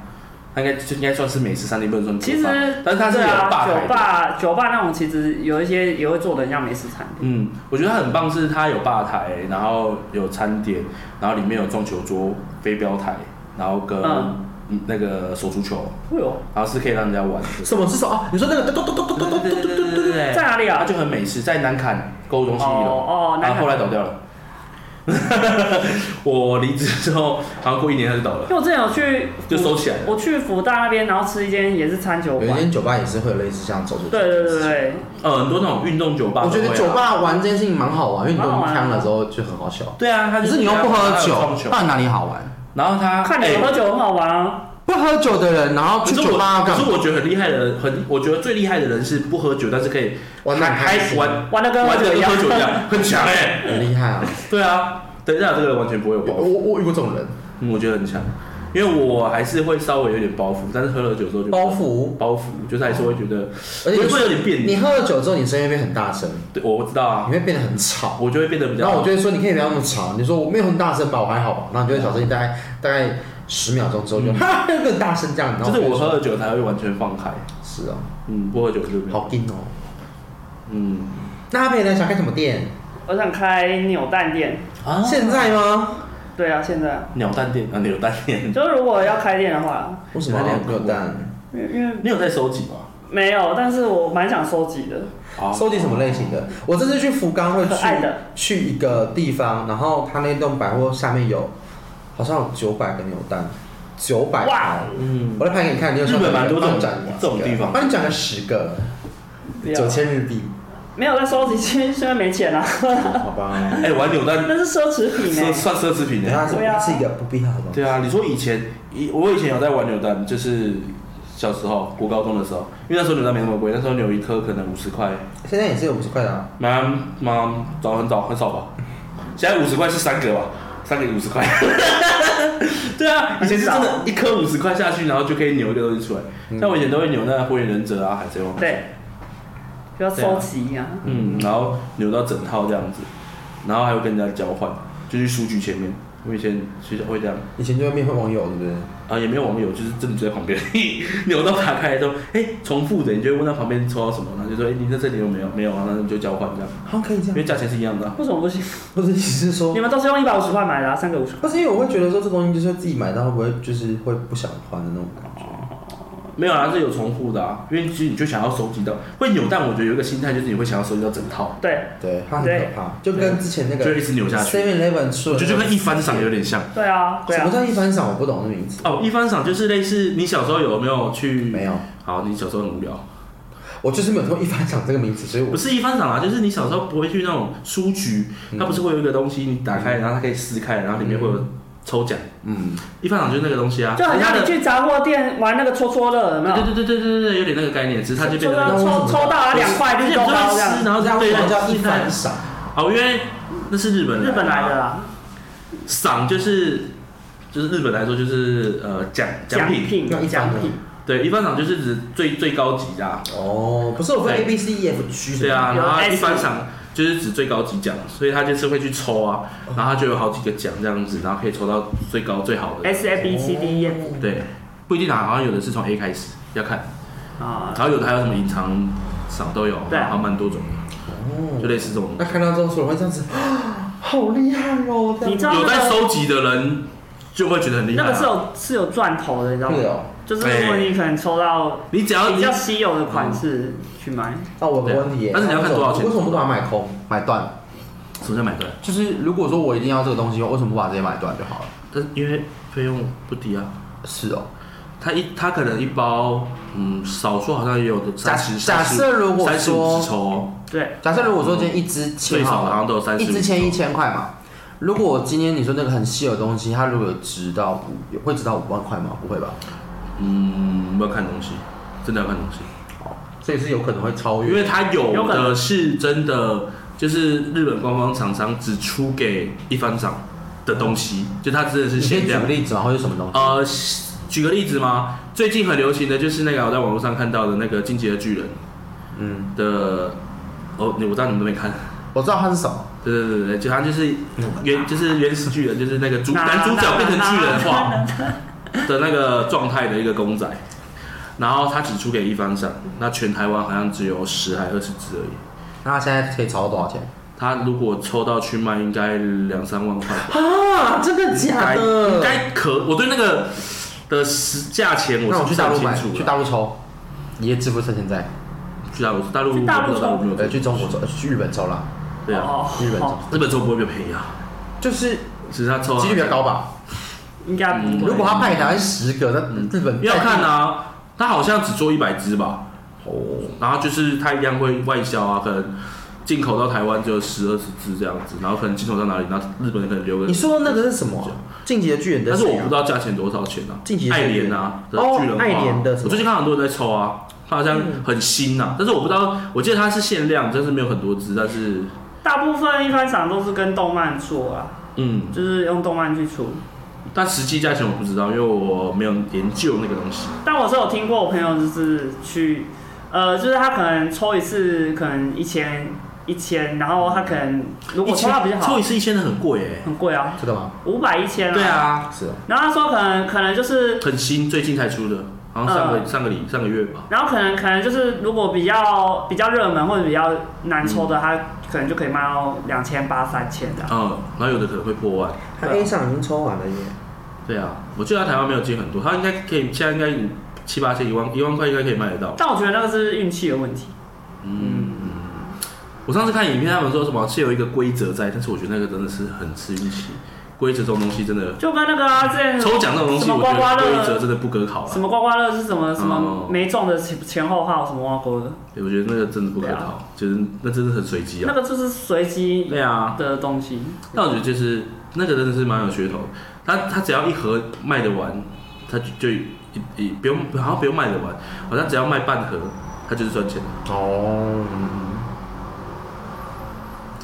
Speaker 2: 它应该就应该算是美式餐厅，不能算
Speaker 3: 其
Speaker 2: 酒
Speaker 3: 实
Speaker 2: 吧，但是它是
Speaker 3: 对
Speaker 2: 有吧台
Speaker 3: 啊，酒
Speaker 2: 的。
Speaker 3: 吧酒吧那种其实有一些也会做的像美食餐厅，
Speaker 2: 嗯，我觉得它很棒，是它有吧台，然后有餐点，然后里面有撞球桌、飞镖台，然后跟
Speaker 3: 嗯
Speaker 2: 那个手足球，
Speaker 3: 会有
Speaker 2: 然后是可以让人家玩的。
Speaker 1: 什么是什么？哦你说那个咚咚咚咚咚咚咚咚咚咚
Speaker 2: 对
Speaker 3: 在哪里
Speaker 2: 它
Speaker 3: 啊？
Speaker 2: 就很美式，在南坎购物中心一楼，
Speaker 3: 哦哦南
Speaker 2: 然
Speaker 3: 坎
Speaker 2: 后后来倒掉了。我离职之后，好像过一年它就倒了
Speaker 3: 因，为我之前有去
Speaker 2: 就收起来了。
Speaker 3: 我去福大那边，然后吃一间也是餐酒
Speaker 1: 有一
Speaker 3: 馆，
Speaker 1: 间酒吧也是会有类似像走出去。
Speaker 3: 对对对对，
Speaker 2: 呃，很多那种运动酒吧都
Speaker 1: 我
Speaker 2: 会
Speaker 1: 觉
Speaker 2: 啊，
Speaker 1: 得酒吧玩这件事情蛮好玩，因为你
Speaker 3: 蛮好
Speaker 1: 都
Speaker 3: 玩啊
Speaker 1: 呛了之后就很好笑。
Speaker 2: 对啊，它
Speaker 1: 可
Speaker 2: 就是
Speaker 1: 你又不喝酒，
Speaker 2: 它有
Speaker 1: 那哪里好玩？
Speaker 2: 然后它
Speaker 3: 看你
Speaker 2: 哎
Speaker 3: 们喝酒很好玩啊，
Speaker 1: 不喝酒的人，然后
Speaker 2: 可
Speaker 1: 去
Speaker 2: 是
Speaker 1: 啊酒
Speaker 2: 我，
Speaker 1: 吧要
Speaker 2: 可
Speaker 1: 干
Speaker 2: 是
Speaker 1: 嘛？
Speaker 2: 我觉得很厉害的人，很我觉得最厉害的人是不喝酒，但是可以
Speaker 1: 玩得很开心
Speaker 2: 玩
Speaker 3: 玩的跟喝
Speaker 2: 玩
Speaker 3: 酒
Speaker 2: 的
Speaker 3: 一
Speaker 2: 跟
Speaker 3: 样
Speaker 2: 喝。酒一样， 很强哎、
Speaker 1: 很厉害啊！
Speaker 2: 对啊，等一下这个人完全不会有包
Speaker 1: 我
Speaker 2: 袱，
Speaker 1: 我遇过这种人，
Speaker 2: 嗯我觉得很强，因为我还是会稍微有点包袱，但是喝了酒之后就
Speaker 1: 包袱，
Speaker 2: 包袱，就是还是会觉得
Speaker 1: 而且
Speaker 2: 会会有点别
Speaker 1: 你
Speaker 2: 扭。
Speaker 1: 喝了酒之后，你声音会变很大声，
Speaker 2: 对，我知道
Speaker 1: 你会
Speaker 2: 啊，
Speaker 1: 变得很吵。
Speaker 2: 我就会变得比较。
Speaker 1: 然后我就会说，你可以不要那么吵。你说我没有很大声吧，我还好吧。然后你就会小声，大概大概十秒钟之 后就
Speaker 2: 嗯
Speaker 1: 哈哈更大声这样。然后
Speaker 2: 就是我
Speaker 1: 就
Speaker 2: 喝
Speaker 1: 说
Speaker 2: 了酒才会完全放开，
Speaker 1: 是哦，
Speaker 2: 嗯，不喝酒就没有。
Speaker 1: 好劲哦。
Speaker 2: 嗯
Speaker 1: 那阿佩呢？想开什么店？
Speaker 3: 我想开扭蛋店，
Speaker 2: 啊
Speaker 1: 现在吗？
Speaker 3: 对啊，现在啊
Speaker 2: 鸟蛋店啊，扭蛋
Speaker 1: 嗯
Speaker 2: 店，
Speaker 3: 就是如果要开店的话，
Speaker 1: 为什么
Speaker 2: 现在
Speaker 1: 要
Speaker 2: 很酷
Speaker 1: 扭蛋？
Speaker 3: 因为因为
Speaker 2: 你有在收集吗？
Speaker 3: 没有，但是我蛮想收集的，
Speaker 2: 啊
Speaker 1: 收集什么类型的？我这次去福冈会
Speaker 3: 可
Speaker 1: 去
Speaker 3: 爱的
Speaker 1: 去一个地方，然后他那栋百货下面有好像有九百个扭蛋，九百
Speaker 3: 哇
Speaker 1: 台。
Speaker 2: 嗯，
Speaker 1: 我来拍给你看，你有
Speaker 2: 日本蛮多这种
Speaker 1: 展
Speaker 2: 这种地方啊
Speaker 1: 帮你讲个十个，
Speaker 3: 不要
Speaker 1: 九千日币，
Speaker 3: 没有在收集， 因为现在没钱啊，
Speaker 1: 好吧？
Speaker 2: 哎、玩扭蛋
Speaker 3: 那是奢侈品欸
Speaker 2: 奢
Speaker 3: 呢。
Speaker 2: 算奢侈品
Speaker 1: 等
Speaker 2: 的
Speaker 1: 一。下
Speaker 3: 对啊
Speaker 1: 是是一个不必要的东西。
Speaker 2: 对啊，你说以前，以我以前有在玩扭蛋，就是小时候，国高中的时候，因为那时候扭蛋没那么贵，那时候扭一颗可能五十块，
Speaker 1: 现在也是有五十块的、啊，
Speaker 2: 妈妈早很早很少吧，现在五十块是三个吧，三个五十块。 对啊，以前是真
Speaker 3: 很
Speaker 2: 的
Speaker 3: 少，
Speaker 2: 一颗五十块下去，然后就可以扭一个东西出来。
Speaker 1: 嗯
Speaker 2: 像我以前都会扭那个火影忍者啊、海贼王，
Speaker 3: 对，就要收集啊。
Speaker 2: 嗯，然后扭到整套这样子，然后还会跟人家交换，就去书局前面。我以前学校会这样，
Speaker 1: 以前就会面会网友，对不对？
Speaker 2: 啊，也没有网友，就是真的就在旁边， 扭到打开之后，哎、重复的，你就会问他旁边抽到什么，然后就说，哎、你在这里有没有？没有啊，那你就交换这样，
Speaker 1: 好像可以这
Speaker 2: 因为
Speaker 1: 样，
Speaker 2: 价钱是一样的啊、
Speaker 3: 为什么不行？
Speaker 1: 不是，你是说
Speaker 3: 你，们都是用一百五十块买的、啊，三个五十块。
Speaker 1: 不是因为我会觉得说这东西就是自己买到会不会就是会不想还的那种感觉。
Speaker 2: 没有啊，是有重复的啊，因为其实你就想要收集到，会扭蛋，我觉得有一个心态就是你会想要收集到整套，
Speaker 3: 对
Speaker 1: 对，它很可怕，就跟之前那个
Speaker 2: 就一直扭下去
Speaker 1: Seven Eleven 出
Speaker 2: 我
Speaker 1: 了那
Speaker 2: 觉得就
Speaker 1: 个，
Speaker 2: 跟一番赏有点像。
Speaker 3: 对啊，对
Speaker 1: 什么
Speaker 3: 啊。
Speaker 1: 叫一番赏？我不懂那名字。
Speaker 2: 哦，一番赏就是类似你小时候有没有去？
Speaker 1: 没有，
Speaker 2: 好，你小时候很无聊，
Speaker 1: 我就是没有听过一番赏这个名字，所以我
Speaker 2: 不是一番赏啊，就是你小时候不会去那种书局，
Speaker 1: 嗯
Speaker 2: 它不是会有一个东西，你打开，然后它可以撕开，然后里面会有抽奖。
Speaker 1: 嗯，
Speaker 2: 一番赏就是那个东西啊，
Speaker 3: 就很
Speaker 2: 人家
Speaker 3: 像
Speaker 2: 的
Speaker 3: 你去杂货店玩那个戳戳乐，有没有？
Speaker 2: 对对对对对对对，有点那个概念，只是它就变
Speaker 3: 就
Speaker 2: 成
Speaker 1: 那
Speaker 3: 是
Speaker 1: 我
Speaker 3: 抽
Speaker 1: 怎么
Speaker 3: 抽到了两块绿豆包这样
Speaker 2: 吃，。然后
Speaker 1: 那
Speaker 2: 对
Speaker 1: 为什么叫一番
Speaker 2: 番。
Speaker 1: 赏？
Speaker 2: 哦，因为那是日本
Speaker 3: 日本来的啦，
Speaker 2: 赏就是就是日本来说就是呃奖奖
Speaker 3: 奖
Speaker 2: 品，
Speaker 3: 品
Speaker 1: 那一
Speaker 3: 奖
Speaker 1: 般呢
Speaker 3: 品，
Speaker 2: 对，一番赏就是指最最高级的、啊，
Speaker 1: 哦，不是我分
Speaker 2: 对
Speaker 1: A B C E F G
Speaker 2: 对啊，
Speaker 3: 有
Speaker 2: 然后
Speaker 3: S
Speaker 2: 一番赏就是指最高级奖，所以他就是会去抽啊，然后他就有好几个奖这样子，然后可以抽到最高最好的，
Speaker 3: S A B C D E F
Speaker 2: 对，不一定啊，好像有的是从 A 开始要看，
Speaker 3: 啊
Speaker 2: 然，后有的还有什么隐藏赏都有，
Speaker 3: 对啊
Speaker 2: 然后蛮多种的，就
Speaker 1: 哦，
Speaker 2: 类似这种。
Speaker 1: 那看到之后说会这样子， 好厉害哦！这样
Speaker 3: 你知道
Speaker 2: 有
Speaker 3: 那
Speaker 2: 在
Speaker 3: 个
Speaker 2: 收集的人就会觉得很厉害、
Speaker 3: 那
Speaker 2: 啊。
Speaker 3: 个是有是有钻头的，你知道吗
Speaker 1: 对？哦。
Speaker 3: 就是如果你可能抽到
Speaker 2: 你只要
Speaker 3: 比
Speaker 2: 你嗯
Speaker 3: 较稀有的款式去买，
Speaker 1: 那我有个问题耶，
Speaker 2: 但是你要看多少钱
Speaker 1: 我为什么不把它买空买断？
Speaker 2: 什么叫买断？
Speaker 1: 就是如果说我一定要这个东西，我为什么不把这些买断就好了？
Speaker 2: 但是因为费用不低啊。
Speaker 1: 是哦，
Speaker 2: 他一他可能一包，嗯，少说好像也有的
Speaker 1: 假
Speaker 2: 三十，
Speaker 1: 假设如果
Speaker 2: 三十五
Speaker 1: 说
Speaker 2: 支抽哦，
Speaker 3: 对，
Speaker 1: 假设如果说今天一支
Speaker 2: 最
Speaker 1: 签
Speaker 2: 少
Speaker 1: 好
Speaker 2: 好像
Speaker 1: 了，
Speaker 2: 都有三十
Speaker 1: 一
Speaker 2: 五。
Speaker 1: 支签一千块嘛。如果今天你说那个很稀有的东西，它如果有值到五，有会值到五万块吗？不会吧？
Speaker 2: 嗯，要看东西，真的要看东西，
Speaker 1: 哦，这也是有可能会超
Speaker 2: 因
Speaker 1: 越。
Speaker 2: 为它有
Speaker 3: 有可
Speaker 2: 的
Speaker 3: 能
Speaker 2: 是真的，就是日本官方厂商只出给一番赏的东西，就它真的是
Speaker 1: 你先
Speaker 2: 限
Speaker 1: 举
Speaker 2: 量
Speaker 1: 个。例子嘛，或者什么东西？
Speaker 2: 呃，举个例子嘛，最近很流行的就是那个我在网络上看到的那个《进击的巨人
Speaker 1: 嗯，》
Speaker 2: 的，哦，你我知道你们都没看，
Speaker 1: 我知道它是什么。
Speaker 2: 对对对对，就他就是原就是原始巨人，就是那个主
Speaker 3: 哪
Speaker 2: 男主角变成巨人化
Speaker 3: 哪
Speaker 2: 的那个状态的一个公仔，然后他只出给一方赏，那全台湾好像只有十还二十只而已。
Speaker 1: 那它现在可以炒到多少钱？
Speaker 2: 他如果抽到去卖，应该两三万块吧，
Speaker 1: 啊，真的
Speaker 2: 该应？该可，我对那个的实价钱
Speaker 1: 那我
Speaker 2: 我是
Speaker 1: 去
Speaker 2: 不是
Speaker 1: 大
Speaker 2: 很
Speaker 1: 陆
Speaker 2: 清
Speaker 1: 买，
Speaker 2: 楚
Speaker 1: 去
Speaker 2: 了。
Speaker 1: 大陆抽，你也支付趁现在。
Speaker 2: 去大陆，大陆
Speaker 3: 去大
Speaker 2: 啊我
Speaker 3: 陆
Speaker 2: 不知道
Speaker 3: 抽
Speaker 2: 有没有
Speaker 1: 对，去中国抽，呃去日本抽啦。
Speaker 2: 对啊，
Speaker 3: 哦
Speaker 1: 日本
Speaker 3: 哦
Speaker 2: 日本抽不会比较便宜啊，
Speaker 1: 就是
Speaker 2: 只是他抽啊
Speaker 1: 几率比较高吧。
Speaker 3: 应该不
Speaker 2: 嗯
Speaker 3: 会
Speaker 1: 如果他派台湾十个，
Speaker 2: 嗯
Speaker 1: 那日本
Speaker 2: 要看啊，他好像只做一百只吧，
Speaker 1: 嗯哦，
Speaker 2: 然后就是它一样会外销啊，可能进口到台湾只有十二十只这样子，然后可能进口到哪里，然后日本可能留个。
Speaker 1: 你说的那个是什么啊？进击的巨人的
Speaker 2: 但是
Speaker 1: 谁
Speaker 2: 我
Speaker 1: 啊
Speaker 2: 不知道价钱多少钱啊。
Speaker 1: 晋级的
Speaker 2: 爱
Speaker 1: 巨人
Speaker 2: 莲啊，的
Speaker 1: 哦
Speaker 2: 巨人化
Speaker 1: 爱莲的什么嗯
Speaker 2: 我最近看很多人在抽啊，它好像很新呐、啊，但是我不知道，我记得它是限量，但是没有很多只，但是
Speaker 3: 大部分一番赏都是跟动漫做啊，
Speaker 2: 嗯，
Speaker 3: 就是用动漫去出。
Speaker 2: 但实际价钱我不知道，因为我没有研究那个东西。
Speaker 3: 但我是有听过我朋友就是去，呃，就是他可能抽一次可能一千一千，然后他可能如果抽到比较
Speaker 2: 抽
Speaker 3: 好
Speaker 2: 一，次一千的很贵哎、
Speaker 3: 很贵啊，
Speaker 1: 知道吗？
Speaker 3: 五百一千啊。
Speaker 2: 对。啊，
Speaker 1: 是哦，
Speaker 3: 然后他说可能可能就是，
Speaker 2: 很新，最近才出的，好像上个、
Speaker 3: 嗯
Speaker 2: 上个礼上个月吧。
Speaker 3: 然后可能可能就是如果比较比较热门或者比较难抽的，他可能就可以卖到两千八三千的。
Speaker 2: 嗯，然后有的可能会破万。
Speaker 1: 他 A 上已经抽完了耶。
Speaker 2: 对啊，我记得他台湾没有进很多，他应该可以，现在应该七八千、一万、一万块应该可以卖得到。
Speaker 3: 但我觉得那个是运气的问题。
Speaker 2: 我上次看影片，他们说什么是有一个规则在，但是我觉得那个真的是很吃运气。规则这种东西真的，
Speaker 3: 就跟那个啊，之前
Speaker 2: 抽奖这种东西，
Speaker 3: 什么
Speaker 2: 我觉
Speaker 3: 刮刮
Speaker 2: 得规则
Speaker 3: 乐，
Speaker 2: 真的不可考
Speaker 3: 什
Speaker 2: 了。
Speaker 3: 么刮刮乐是什么什
Speaker 2: 哦
Speaker 3: 么没中的前前后号什么挖沟的，
Speaker 2: 对，我觉得那个真的不可
Speaker 3: 对啊
Speaker 2: 考，就是那真的很随机
Speaker 3: 那
Speaker 2: 啊。
Speaker 3: 个就是随机
Speaker 2: 对啊，
Speaker 3: 的东西。
Speaker 2: 但我觉得就是那个真的是蛮有噱头的，他他只要一盒卖得完，他就就也不用好像不用卖得完，好像只要卖半盒，他就是赚钱的。
Speaker 1: 哦。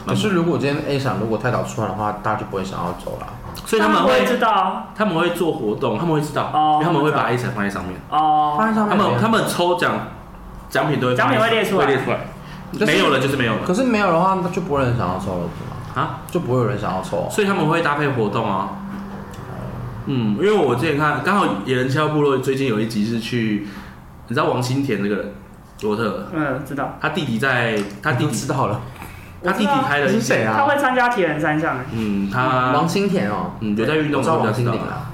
Speaker 1: 可是如果今天 A 赏如果太早出完的话，大家就不会想要走了。
Speaker 2: 所以他们
Speaker 3: 不
Speaker 2: 会
Speaker 3: 会知道啊
Speaker 2: 他们会做活动，他们会知道，
Speaker 3: 哦
Speaker 2: 因为他们会把 A 闪放在上面。
Speaker 3: 哦。
Speaker 1: 放在上
Speaker 2: 他
Speaker 1: 面
Speaker 2: 们他们抽奖奖品都会放在
Speaker 3: 奖品会列出来
Speaker 2: 会列出来。
Speaker 1: 可是
Speaker 2: 没有了就是没有了
Speaker 1: 可是没有的话，那就不会有人想要抽了，不是吗
Speaker 2: 啊，
Speaker 1: 就不会有人想要抽。
Speaker 2: 所以他们会搭配活动啊。嗯，因为我之前看，刚好野人七号部落最近有一集是去，你知道王新田那个人，罗特，
Speaker 3: 嗯，知道。
Speaker 2: 他弟弟在，他弟
Speaker 1: 都
Speaker 2: 弟
Speaker 1: 知道了，
Speaker 2: 他弟弟开了一
Speaker 1: 是
Speaker 2: 间，
Speaker 1: 谁
Speaker 3: 他
Speaker 1: 啊？
Speaker 3: 会参加铁人三项欸，
Speaker 2: 嗯，
Speaker 1: 王
Speaker 2: 他
Speaker 1: 清田哦，
Speaker 2: 嗯有在运动
Speaker 1: 我知道
Speaker 2: 我就
Speaker 1: 王
Speaker 2: 知
Speaker 1: 清
Speaker 2: 道
Speaker 1: 田啊。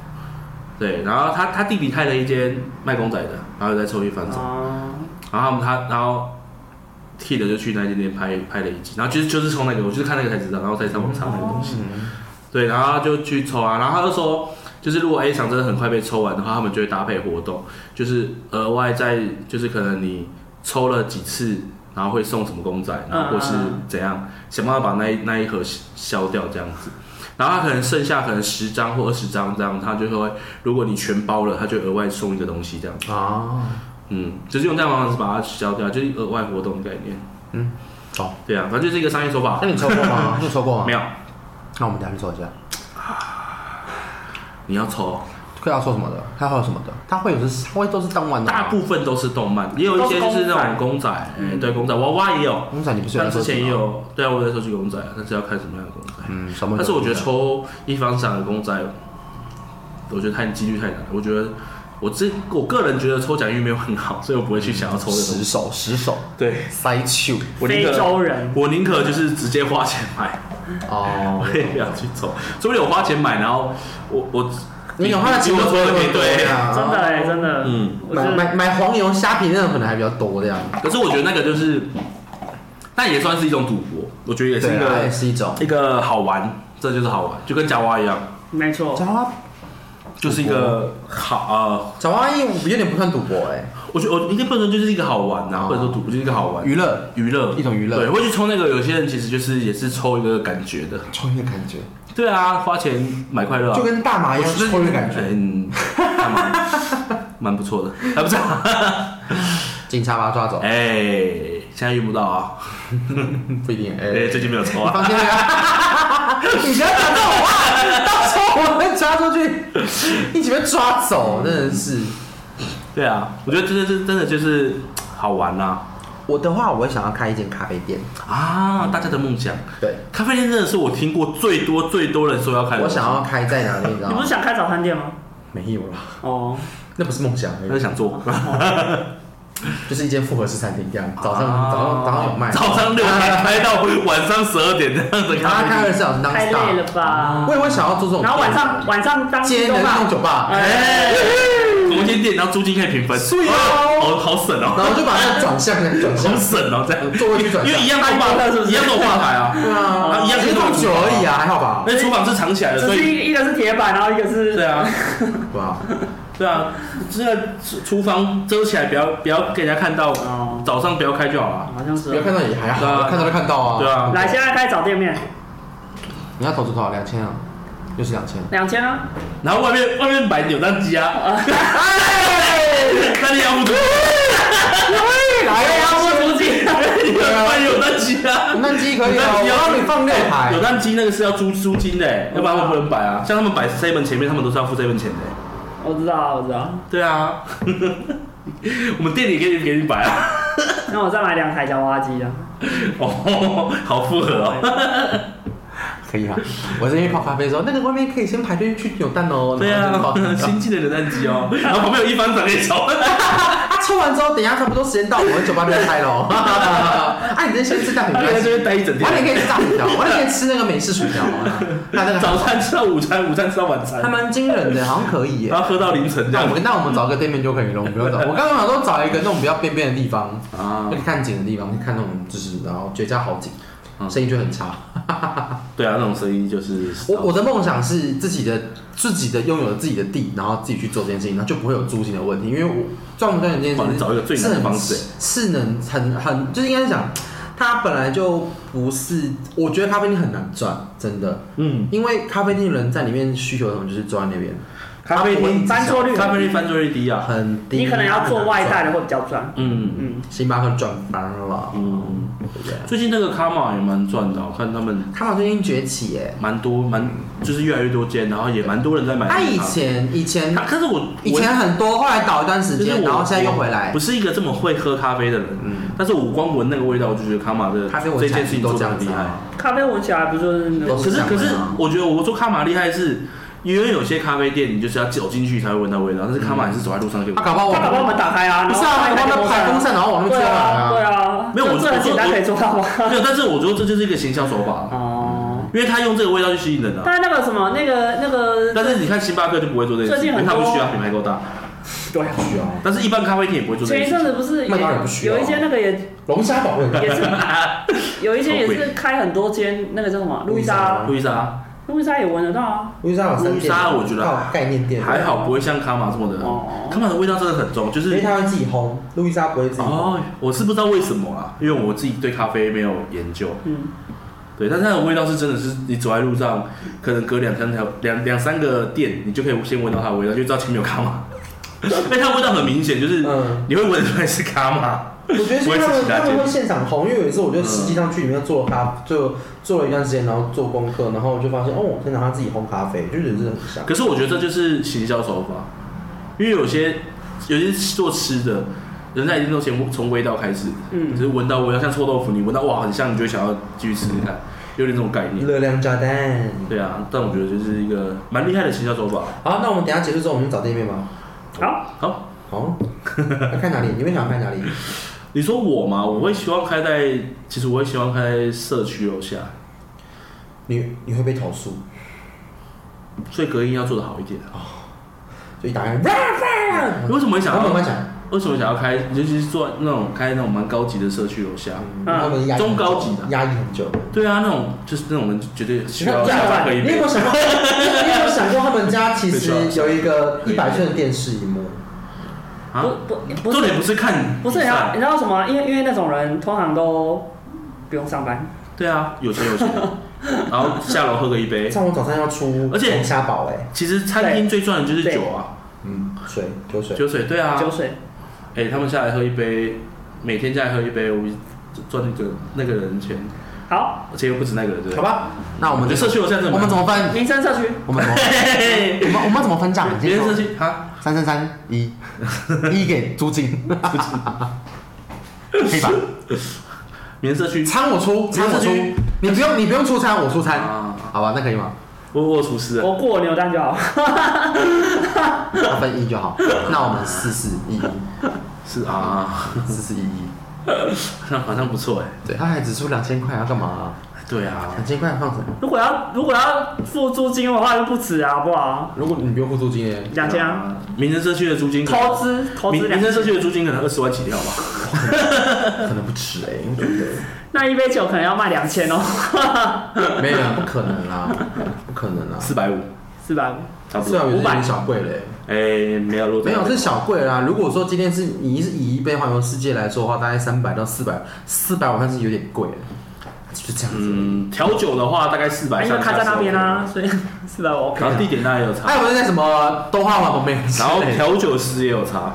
Speaker 2: 对，然后他他弟弟开了一间卖公仔的，然后有在抽一番子。
Speaker 3: 哦，
Speaker 2: 然后他们他然后 Kid 就去那间店拍拍了一集，然后就是就是抽那个，我就是看那个才知道，然后才上网查那个东西。对，然后他就去抽啊，然后他就说，就是如果 A 场真的很快被抽完的话，他们就会搭配活动，就是额外在就是可能你抽了几次，然后会送什么公仔，然后或是怎样，想办法把那一那一盒消掉这样子。然后他可能剩下可能十张或二十张这样，他就会，如果你全包了，他就额外送一个东西这样。
Speaker 1: 啊，
Speaker 2: 嗯，就是用这样的方式把它取消掉，就是额外活动的概念。
Speaker 1: 嗯好，
Speaker 2: 对啊，反正就是一个商业手法
Speaker 1: 那。你抽过 吗？你有抽过吗？
Speaker 2: 没有，
Speaker 1: 那我们等下去抽一下。
Speaker 2: 你要抽，
Speaker 1: 会要抽什么的？它会有什么的？它会有是，它会都是当晚的吗。
Speaker 2: 大部分都是动漫，也有一些就是那种公仔，哎，对，公仔娃娃也有。
Speaker 1: 公仔你不是有
Speaker 2: 像
Speaker 1: 在收
Speaker 2: 之
Speaker 1: 集
Speaker 2: 前
Speaker 1: 吗？
Speaker 2: 也有，对啊，我有在收集公仔，但是要看什么样的公仔。
Speaker 1: 嗯，什么？
Speaker 2: 但是我觉得，抽一方赏的公仔，我觉得太几率太难了。我觉得我这我个人觉得抽奖运没有很好，所以我不会去想要抽这种
Speaker 1: 嗯十。手十手
Speaker 2: 对，
Speaker 1: 塞球
Speaker 2: 我宁
Speaker 3: 非
Speaker 2: 可
Speaker 3: 洲人
Speaker 2: 我宁可就是直接花钱买，
Speaker 1: 哦
Speaker 2: 我。也不要去抽。说不定我花钱买，然后我我
Speaker 1: 你有他的
Speaker 2: 比
Speaker 1: 钱
Speaker 2: 我
Speaker 1: 就
Speaker 2: 抽
Speaker 1: 多
Speaker 2: 的可以对。
Speaker 1: 啊
Speaker 3: 真的
Speaker 1: 哦
Speaker 3: 哎，真的，
Speaker 2: 嗯，
Speaker 3: 我
Speaker 1: 买
Speaker 3: 是
Speaker 1: 买买黄油虾皮那种可能还比较多这样。
Speaker 2: 可是我觉得那个就是，但也算是一种赌博，我觉得也是一
Speaker 1: 对啊
Speaker 2: 个
Speaker 1: 也是一种。
Speaker 2: 一个好玩，这就是好玩，就跟夹娃娃一样。
Speaker 3: 没错，
Speaker 1: 讲到
Speaker 2: 就是一个好
Speaker 1: 找阿姨有点不算赌博哎、
Speaker 2: 呃，我觉得我应该不能说就是一个好玩呐、
Speaker 1: 哦
Speaker 2: 或者说赌博就是一个好玩
Speaker 1: 娱乐
Speaker 2: 娱乐
Speaker 1: 一种娱乐
Speaker 2: 对，会去抽那个。有些人其实就是也是抽一个感觉的，
Speaker 1: 抽烟的感觉，
Speaker 2: 对啊，花钱买快乐、啊，
Speaker 1: 就跟大麻一样
Speaker 2: 我是
Speaker 1: 抽烟的感觉。
Speaker 2: 嗯，还蛮蛮不错的，啊不是啊，
Speaker 1: 警察把他抓走，
Speaker 2: 哎、现在遇不到啊，
Speaker 1: 不一定哎、
Speaker 2: 哎、最近没有抽
Speaker 1: 你
Speaker 2: 啊，
Speaker 1: 放心那个， 你不要讲这种话，到时候我们抓出去， 一起被抓走，真的是。
Speaker 2: 对啊，我觉得真的是真的就是好玩啊啦、
Speaker 1: 我的话，我会想要开一间咖啡店，
Speaker 2: 啊，大家的梦想，
Speaker 1: 对
Speaker 2: 咖啡店真的是我听过最多最多人说要开的，
Speaker 1: 我想要，开在哪里，你知道
Speaker 3: 你不
Speaker 1: 吗
Speaker 3: 是？想开早餐店吗？
Speaker 1: 没有啦，
Speaker 3: 哦，
Speaker 1: 那不是梦想而
Speaker 2: 但
Speaker 1: 已，
Speaker 2: 是想做，啊
Speaker 1: 就是一间复合式餐厅这样，早上早上早上有卖，
Speaker 2: 早上六点开到晚上十二点这样子
Speaker 1: 然后开
Speaker 2: 咖啡
Speaker 1: 二十
Speaker 2: 店
Speaker 1: 四小时当
Speaker 3: 太累
Speaker 1: star，
Speaker 3: 了吧？
Speaker 1: 我也会想要做这种，
Speaker 3: 然后晚上晚上当
Speaker 1: 接
Speaker 3: 运
Speaker 1: 人
Speaker 3: 动
Speaker 1: 那种酒
Speaker 3: 吧，
Speaker 1: 吧，
Speaker 2: 哎，同间店，然后租金可以平分，
Speaker 1: 是哦
Speaker 2: 好好省哦，
Speaker 1: 然后就把那个转向 那个转向
Speaker 2: 好省哦，这样，
Speaker 1: 座位去转
Speaker 2: 因为
Speaker 1: 向
Speaker 2: 一，样都吧，一样都有吧台啊，
Speaker 1: 对
Speaker 2: 然
Speaker 1: 啊
Speaker 2: 后一样
Speaker 1: 只是弄久而已啊，还好吧？
Speaker 2: 那厨房是藏起来的，
Speaker 3: 只
Speaker 2: 所
Speaker 3: 是
Speaker 2: 以
Speaker 3: 一一个是铁板，然后一个是
Speaker 2: 对啊，
Speaker 1: 不好，
Speaker 2: 对啊，这个厨厨房遮起来，不要不要给人家看到，
Speaker 3: 哦，
Speaker 2: 早上不要开就好了。
Speaker 3: 好像是
Speaker 1: 不要看到也还
Speaker 2: 对
Speaker 1: 好，
Speaker 2: 啊
Speaker 1: 看到就看到啊。
Speaker 2: 对啊
Speaker 3: 来，现在开早店面，
Speaker 1: 你要投资多少？两千啊，又是两千。
Speaker 3: 两千啊，
Speaker 2: 然后外面外面摆扭蛋机啊， 那你要不出，
Speaker 1: 来
Speaker 3: 对啊，我 出去，
Speaker 2: 你要摆扭蛋机啊。
Speaker 1: 那鸡可以啊，我让你放六
Speaker 2: 扭
Speaker 1: 台。
Speaker 2: 蛋机那个是要租租金的欸，要不然我不能摆啊。像他们摆 seven 前面，他们都是要付 seven 钱的欸。
Speaker 3: 我知道啊，我知道，
Speaker 2: 对啊， 我们店里可以给你摆啊。
Speaker 3: 那我再买两台绞花机啊，
Speaker 2: 哦，好复合哦。
Speaker 1: 可以啊，我在那边泡咖啡的时候，那个外面可以先排队去扭蛋哦。
Speaker 2: 对
Speaker 1: 然后
Speaker 2: 啊
Speaker 1: 就泡，
Speaker 2: 新进的扭蛋机哦，然后旁边有一番长可以抽。
Speaker 1: 啊，抽完之后，等一下差不多时间到，我们酒吧就开 喽。啊，你这先吃大饼
Speaker 2: 他在
Speaker 1: 干
Speaker 2: 这， 边待一整
Speaker 1: 我也可
Speaker 2: 天，
Speaker 1: 以吃大饼干，我也可以吃那个美式薯条啊。那那个
Speaker 2: 早餐吃到午餐，午餐吃到晚餐
Speaker 1: 还，蛮惊人的，好像可以耶。
Speaker 2: 然后喝到凌晨这
Speaker 1: 那
Speaker 2: 样
Speaker 1: 我。们那我们找个对面就可以了，我们不用找。我刚刚想说找一个那种比较边边的地方，
Speaker 2: 啊
Speaker 1: 可以看景的地方，看那种就是然后绝佳好景，
Speaker 2: 嗯
Speaker 1: 生意就很差。
Speaker 2: 对啊，那种声音就是
Speaker 1: 我我的梦想是自己的自己的拥有自己的地，然后自己去做这件事情，然后就不会有租金的问题，因为我赚不赚钱这件事
Speaker 2: 哇
Speaker 1: 情
Speaker 2: 你找一个最难的
Speaker 1: 是很
Speaker 2: 方式欸
Speaker 1: 是能很很就是应该讲，它本来就不是，我觉得咖啡店很难赚，真的，
Speaker 2: 嗯，
Speaker 1: 因为咖啡店人在里面需求什么就是坐在那边
Speaker 2: 咖啡厅
Speaker 3: 翻桌率
Speaker 2: 咖啡厅翻桌率低啊，
Speaker 1: 很低，
Speaker 3: 你可能要做外带的会比较赚，
Speaker 2: 嗯
Speaker 3: 嗯，
Speaker 1: 星巴克赚翻了，
Speaker 2: 嗯，
Speaker 1: 对不对？
Speaker 2: 最近那个卡玛也蛮赚的，我看他们
Speaker 1: 他们最近崛起耶，
Speaker 2: 蛮多蛮就是越来越多间，然后也蛮多人在买
Speaker 1: 他啊以
Speaker 2: 那个卡。
Speaker 1: 前以前
Speaker 2: 他可是我
Speaker 1: 以前很多，后来倒一段
Speaker 2: 我
Speaker 1: 时
Speaker 2: 就是
Speaker 1: 间，
Speaker 2: 我
Speaker 1: 然后现在又回来
Speaker 2: 不，是一个这么会喝咖啡的人，
Speaker 1: 嗯。
Speaker 2: 但是我光闻那个味道，我就觉得卡玛的
Speaker 1: 咖啡我
Speaker 2: 这
Speaker 1: 起来
Speaker 2: 件事情
Speaker 1: 都
Speaker 2: 做
Speaker 1: 这
Speaker 2: 的
Speaker 1: 样
Speaker 2: 很
Speaker 1: 子
Speaker 2: 厉害
Speaker 1: 啊。，
Speaker 3: 咖啡闻起来不就是那
Speaker 1: 都
Speaker 3: 种
Speaker 2: 可是
Speaker 1: 香
Speaker 2: 可
Speaker 1: 味
Speaker 2: 是
Speaker 1: 啊，
Speaker 2: 我觉得我说卡玛厉害是，因为有些咖啡店你就是要走进去才会闻到味道，但是卡玛也是走在路上就。
Speaker 1: 他啊搞不好我
Speaker 3: 他把帮我们打开啊，
Speaker 1: 不是啊，
Speaker 3: 然后
Speaker 1: 他们排风扇，然后往那边
Speaker 3: 对
Speaker 1: 吹
Speaker 3: 啊，对
Speaker 1: 啊。
Speaker 3: 啊，
Speaker 2: 没有我
Speaker 3: 这这很简单可以做到吗？
Speaker 2: 没有，但是我觉得这就是一个行销手法，
Speaker 3: 哦，
Speaker 2: 因为他用这个味道去吸引人啊。
Speaker 3: 但那个什么，那个那个，
Speaker 2: 但是你看星巴克就不会做这件事，
Speaker 3: 最
Speaker 2: 因
Speaker 3: 近
Speaker 2: 为
Speaker 3: 很
Speaker 2: 它
Speaker 3: 多
Speaker 2: 不需要品牌够大，
Speaker 3: 对啊，
Speaker 1: 需要
Speaker 2: 但是一般咖啡店也不会做这
Speaker 3: 前
Speaker 2: 件
Speaker 3: 一阵
Speaker 2: 事。
Speaker 3: 子不是
Speaker 1: 麦当
Speaker 3: 有
Speaker 1: 劳不需要
Speaker 2: 啊
Speaker 3: 有一些那个也
Speaker 1: 龙虾保卫
Speaker 3: 也是 有一些也
Speaker 2: 好
Speaker 3: 是开很多间，那个叫什么路易莎，
Speaker 2: 路易莎
Speaker 3: 路易莎也闻得到啊，
Speaker 1: 乌沙有三
Speaker 2: 乌
Speaker 1: 店，
Speaker 2: 沙我觉得
Speaker 1: 到概念店，
Speaker 2: 还好，不会像卡玛这么的。
Speaker 3: 哦
Speaker 2: 卡玛的味道真的很重，就
Speaker 1: 因为
Speaker 2: 是
Speaker 1: 他会自己烘，路易莎不会自己烘。
Speaker 2: 哦，我是不知道为什么啦，因为我自己对咖啡没有研究。
Speaker 3: 嗯，
Speaker 2: 对，但是它的味道是真的是，你走在路上，可能隔两三条、两两三个店，你就可以先闻到它的味道，就知道前面有卡玛。 因为它的味道很明显，就是
Speaker 1: 嗯，
Speaker 2: 你会闻得出来是卡玛。
Speaker 1: 我觉得是他
Speaker 2: 不会自
Speaker 1: 们
Speaker 2: 己搭
Speaker 1: 他
Speaker 2: 建
Speaker 1: 们会现场烘，因为有一次我就实际上去里面做了咖，就做了一段时间，然后做功课，然后就发现哦，天哪，他自己烘咖啡，就觉得真的很香。
Speaker 2: 可是我觉得这就是行销手法，因为有些有些做吃的，人家一定都先从味道开始，
Speaker 3: 嗯
Speaker 2: 只是闻到味道，像臭豆腐，你闻到哇很香，你就会想要继续吃吃看，有点这种概念。
Speaker 1: 热量炸弹。
Speaker 2: 对啊，但我觉得就是一个蛮厉害的行销手法。
Speaker 1: 好，那我们等一下结束之后，我们去找店面吧。
Speaker 3: 好，
Speaker 2: 好，
Speaker 1: 好，要看哪里？你们想看哪里？
Speaker 2: 你说我嘛，我会希望开在，其实我会希望开在社区楼下，
Speaker 1: 你你会被投诉，
Speaker 2: 所以隔音要做得好一点。
Speaker 1: 就一打开，哇哇
Speaker 2: 为什么会想
Speaker 1: 然后我
Speaker 2: 要？
Speaker 1: 们讲，
Speaker 2: 为什么想要开？尤其是做那种开那种蛮高级的社区楼下。
Speaker 1: 嗯然后我们压抑很久
Speaker 2: 中高级的
Speaker 1: 压抑很久。
Speaker 2: 对啊，那种就是那种人绝对需
Speaker 1: 你看
Speaker 2: 要
Speaker 1: 亚
Speaker 2: 下班
Speaker 1: 冠，
Speaker 2: 喝
Speaker 1: 你
Speaker 2: 一
Speaker 1: 有没
Speaker 2: 杯
Speaker 1: 有。想过？你有没有想讲过他们家其实有一个
Speaker 2: 被
Speaker 1: 一
Speaker 2: 抓
Speaker 1: 百寸的电视荧幕，
Speaker 2: 啊，
Speaker 3: 不不不
Speaker 2: 重点
Speaker 3: 是
Speaker 2: 不是看
Speaker 3: 不是
Speaker 2: 比
Speaker 3: 你知道
Speaker 2: 赛
Speaker 3: 你知道什么吗？因为因为那种人通常都不用上班，
Speaker 2: 对啊，有钱有钱，然后下楼喝个一杯。
Speaker 1: 像我早上要出
Speaker 2: 而且
Speaker 1: 红虾堡哎，
Speaker 2: 其实餐厅最赚的就是酒啊，
Speaker 1: 嗯，水酒水，
Speaker 2: 酒水对啊，
Speaker 3: 酒水
Speaker 2: 哎、他们下来喝一杯，每天下来喝一杯，我们赚那个那个人钱，
Speaker 3: 好，
Speaker 2: 而且又不止那个人，对
Speaker 1: 好
Speaker 2: 吧？
Speaker 1: 吧，那我们
Speaker 2: 你的社区有这样子吗
Speaker 1: 我们怎么分？
Speaker 3: 民生社区
Speaker 1: 我们怎么 分？我们我们怎么分账？你
Speaker 2: 别
Speaker 1: 先
Speaker 2: 人
Speaker 1: 说
Speaker 2: 社区啊，
Speaker 1: 三三三一，一给租金，可以吧？
Speaker 2: 别人社区，
Speaker 1: 餐我出，餐我出
Speaker 2: 你
Speaker 1: 你
Speaker 2: 是，
Speaker 1: 不用你不用出餐，我出餐
Speaker 2: 啊，
Speaker 1: 好吧？那可以吗？
Speaker 2: 我我有厨师啊，
Speaker 1: 哦
Speaker 3: 我过牛蛋就好。
Speaker 1: 那分一就好。那我们四四一一，
Speaker 2: 是啊，
Speaker 1: 四四一一，
Speaker 2: 那好像不错哎、
Speaker 1: 对，他还只出两千块，要干嘛啊？
Speaker 2: 对啊，
Speaker 1: 两千块放什么？
Speaker 3: 如果要如果要付租金的话，就不止啊，好不好？
Speaker 1: 如果你不用付租金耶，
Speaker 3: 两千啊，
Speaker 2: 民生社区的租金可能，
Speaker 3: 投资投
Speaker 2: 民
Speaker 3: 资两
Speaker 2: 嗯民生，
Speaker 3: 千
Speaker 2: 社区的租金可能二十万起跳吧，
Speaker 1: 可能不止 哎，我觉得
Speaker 3: 那一杯酒可能要卖两千哦，
Speaker 1: 没有啊，不可能 啦，不可能啦，
Speaker 2: 四百五，
Speaker 3: 是吧？
Speaker 2: 差不
Speaker 1: 四百
Speaker 2: 多。
Speaker 1: 五有
Speaker 3: 500
Speaker 1: 点小贵嘞。
Speaker 2: 哎、没有落
Speaker 1: 没有是
Speaker 2: 是
Speaker 1: 小贵啦。如果说今天是你是以一杯环游世界来说的话，大概三百到四百，四百我看是有点贵了，就这样子。
Speaker 2: 嗯，调酒的话大概四百，
Speaker 3: 因为开在那边啊，，所以是吧？我 OK
Speaker 2: 然后
Speaker 3: 啊。
Speaker 2: 地点大概有差，
Speaker 1: 哎，我们在什么东化玩旁边，
Speaker 2: 然后调酒师也有差。
Speaker 1: 哎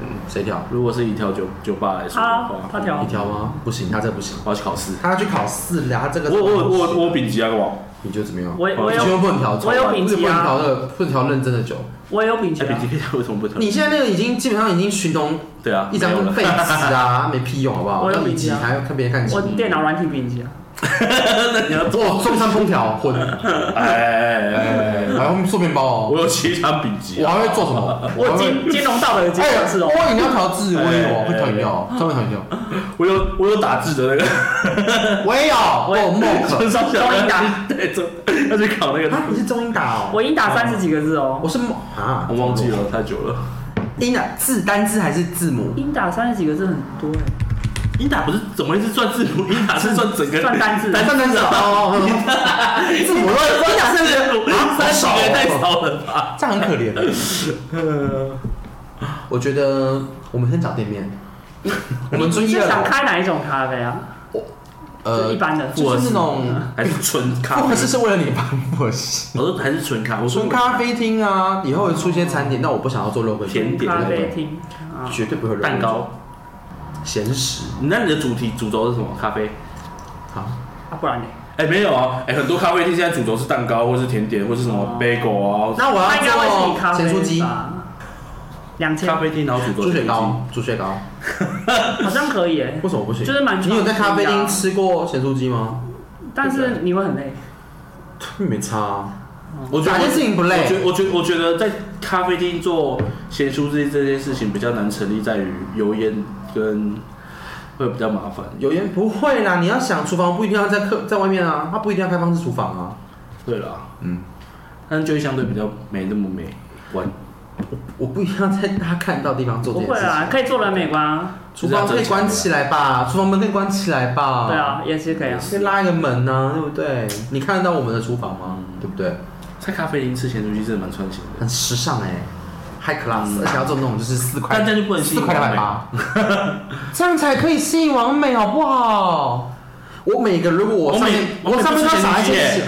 Speaker 1: 嗯谁调？
Speaker 2: 如果是以调酒酒吧来说的
Speaker 3: 他
Speaker 2: 话，
Speaker 3: 他
Speaker 1: 你
Speaker 3: 调
Speaker 1: 调吗？不行，他这不行，
Speaker 2: 我要去考试。
Speaker 1: 他要去考试了，他这个
Speaker 2: 我我我我丙级啊，干嘛？
Speaker 1: 你就怎么样？
Speaker 3: 我我
Speaker 1: 你
Speaker 3: 有
Speaker 1: 千万不能调酒，
Speaker 3: 我有品级
Speaker 1: 不
Speaker 3: 啊
Speaker 1: 能调那个不能调认真的酒。
Speaker 3: 我也有饼
Speaker 2: 哎，
Speaker 3: 级
Speaker 2: 丙
Speaker 3: 啊
Speaker 2: 级，可以为什么不调？
Speaker 1: 你现在那个已经基本上已经形同
Speaker 2: 对啊，
Speaker 1: 一张
Speaker 2: 没有了
Speaker 1: 废纸 啊，没屁用好不好？
Speaker 3: 我有
Speaker 1: 要
Speaker 3: 品
Speaker 1: 你
Speaker 3: 级
Speaker 1: 级
Speaker 3: 啊
Speaker 1: 还要看别人看你。
Speaker 3: 我电脑软体饼级啊，
Speaker 2: 那你要
Speaker 1: 我中山空调 混，
Speaker 2: 哎哎哎哎
Speaker 1: 哎，还会做面包哦。
Speaker 2: 我有七张丙级
Speaker 1: 我
Speaker 2: 啊，
Speaker 1: 还会做什么？
Speaker 3: 我
Speaker 1: 还会
Speaker 3: 金金融道德金
Speaker 1: 哎，
Speaker 3: 融是哦，
Speaker 1: 我饮料调制，我也有
Speaker 2: 哎
Speaker 1: 会调饮料，专门调饮料，
Speaker 2: 我有我有打字的那个，
Speaker 1: 我也有，我有
Speaker 2: 村
Speaker 1: mock。
Speaker 2: 上小
Speaker 3: 中英
Speaker 2: 打
Speaker 3: 打
Speaker 2: 对，中要去考那
Speaker 1: 啊，
Speaker 2: 个，
Speaker 1: 你是中英打哦？
Speaker 3: 我已经打三十几个字哦，
Speaker 1: 我是 mock 啊，
Speaker 2: 我忘记。了，太久了。
Speaker 1: 英打字单字还是字 母？
Speaker 3: 英打三十几个字很多哎，
Speaker 2: 英打不是怎么会是算字母？英打是算整个
Speaker 3: 算单字
Speaker 1: 单
Speaker 2: 单
Speaker 1: 字单字哦哦，哦哦 字母乱英打
Speaker 2: 字
Speaker 1: 啊好
Speaker 2: 啊 三十
Speaker 1: 少
Speaker 2: 个也太
Speaker 1: 哦，
Speaker 2: 少了吧？
Speaker 1: 这样很可怜。 我觉得我们先找店面，我们遵
Speaker 3: 你
Speaker 1: 义
Speaker 3: 是
Speaker 1: 二
Speaker 3: 想
Speaker 1: 楼，
Speaker 3: 开哪一种咖啡啊？
Speaker 1: 呃
Speaker 3: 就一，般的，
Speaker 1: 就
Speaker 2: 我
Speaker 1: 是那种，
Speaker 2: 还是纯咖
Speaker 1: 我
Speaker 2: 啡
Speaker 1: 是？是为了你吧，我是。
Speaker 2: 我说还是纯咖，我说
Speaker 1: 纯咖啡厅啊，以后会出一些餐点，但我不想要做肉桂卷
Speaker 2: 甜点
Speaker 3: 咖
Speaker 2: 类
Speaker 3: 啡厅啊，
Speaker 1: 绝对不会有肉桂卷、
Speaker 2: 蛋糕。
Speaker 1: 咸食
Speaker 2: 那你的主题主轴是什么？咖啡？
Speaker 1: 好，
Speaker 3: 啊不然呢？
Speaker 2: 哎、没有啊，哎、很多咖啡厅现在主轴是蛋糕，或是甜点，或是什么
Speaker 3: 哦
Speaker 2: bagel 啊，
Speaker 1: 那我
Speaker 3: 他应该会
Speaker 1: 要
Speaker 3: 请咖
Speaker 1: 做
Speaker 3: 啡啊
Speaker 1: 咸酥鸡、
Speaker 3: 吧，两千
Speaker 2: 咖啡厅然后主轴
Speaker 1: 猪血
Speaker 2: 甜
Speaker 1: 糕、猪血糕，
Speaker 3: 好像可以哎，
Speaker 1: 为什么不行？
Speaker 3: 嗯就是蛮
Speaker 1: 你有在咖啡
Speaker 3: 创新的
Speaker 1: 厅
Speaker 3: 啊
Speaker 1: 吃过咸酥鸡吗？
Speaker 3: 但是你会很累。
Speaker 1: 没差、啊，
Speaker 2: 点。我觉
Speaker 1: 哪
Speaker 2: 得
Speaker 1: 件事情不
Speaker 2: 我
Speaker 1: 累？
Speaker 2: 觉我觉我觉得在咖啡厅做咸酥鸡这件事情比较难成立，在于油烟跟呃会比较麻烦。
Speaker 1: 油烟不会啦，你要想厨房不一定要在客在外面啊，它不一定要开放式厨房啊。
Speaker 2: 对啦，
Speaker 1: 嗯，
Speaker 2: 但就会相对比较没那么美观。
Speaker 1: 我不一定要在大家看到的地方做这
Speaker 3: 不
Speaker 1: 件
Speaker 3: 会
Speaker 1: 事情。
Speaker 3: 啊，可以做人美观啊。
Speaker 1: 厨房可以关起来吧？厨房门可以关起来吧？
Speaker 3: 对，啊，也是可以啊。
Speaker 1: 先拉一个门呐、对不对？你看得到我们的厨房吗？
Speaker 3: 嗯
Speaker 1: 对不对？
Speaker 2: 在咖啡厅吃咸酥鸡真的蛮穿行的，
Speaker 1: 很时尚哎、欸、，high
Speaker 3: 嗯
Speaker 1: class，、而且要做那种就是四块，
Speaker 2: 但这样就不能吸
Speaker 1: 四
Speaker 2: 引
Speaker 1: 块两百八， 这样才可以吸引完美好不好？我每个如果我
Speaker 2: 我
Speaker 1: 上
Speaker 2: 每
Speaker 1: 面
Speaker 2: 我每
Speaker 1: 上面
Speaker 2: 不
Speaker 1: 都
Speaker 2: 吃
Speaker 1: 撒一
Speaker 2: 咸
Speaker 1: 些
Speaker 2: 鸡
Speaker 1: 奇，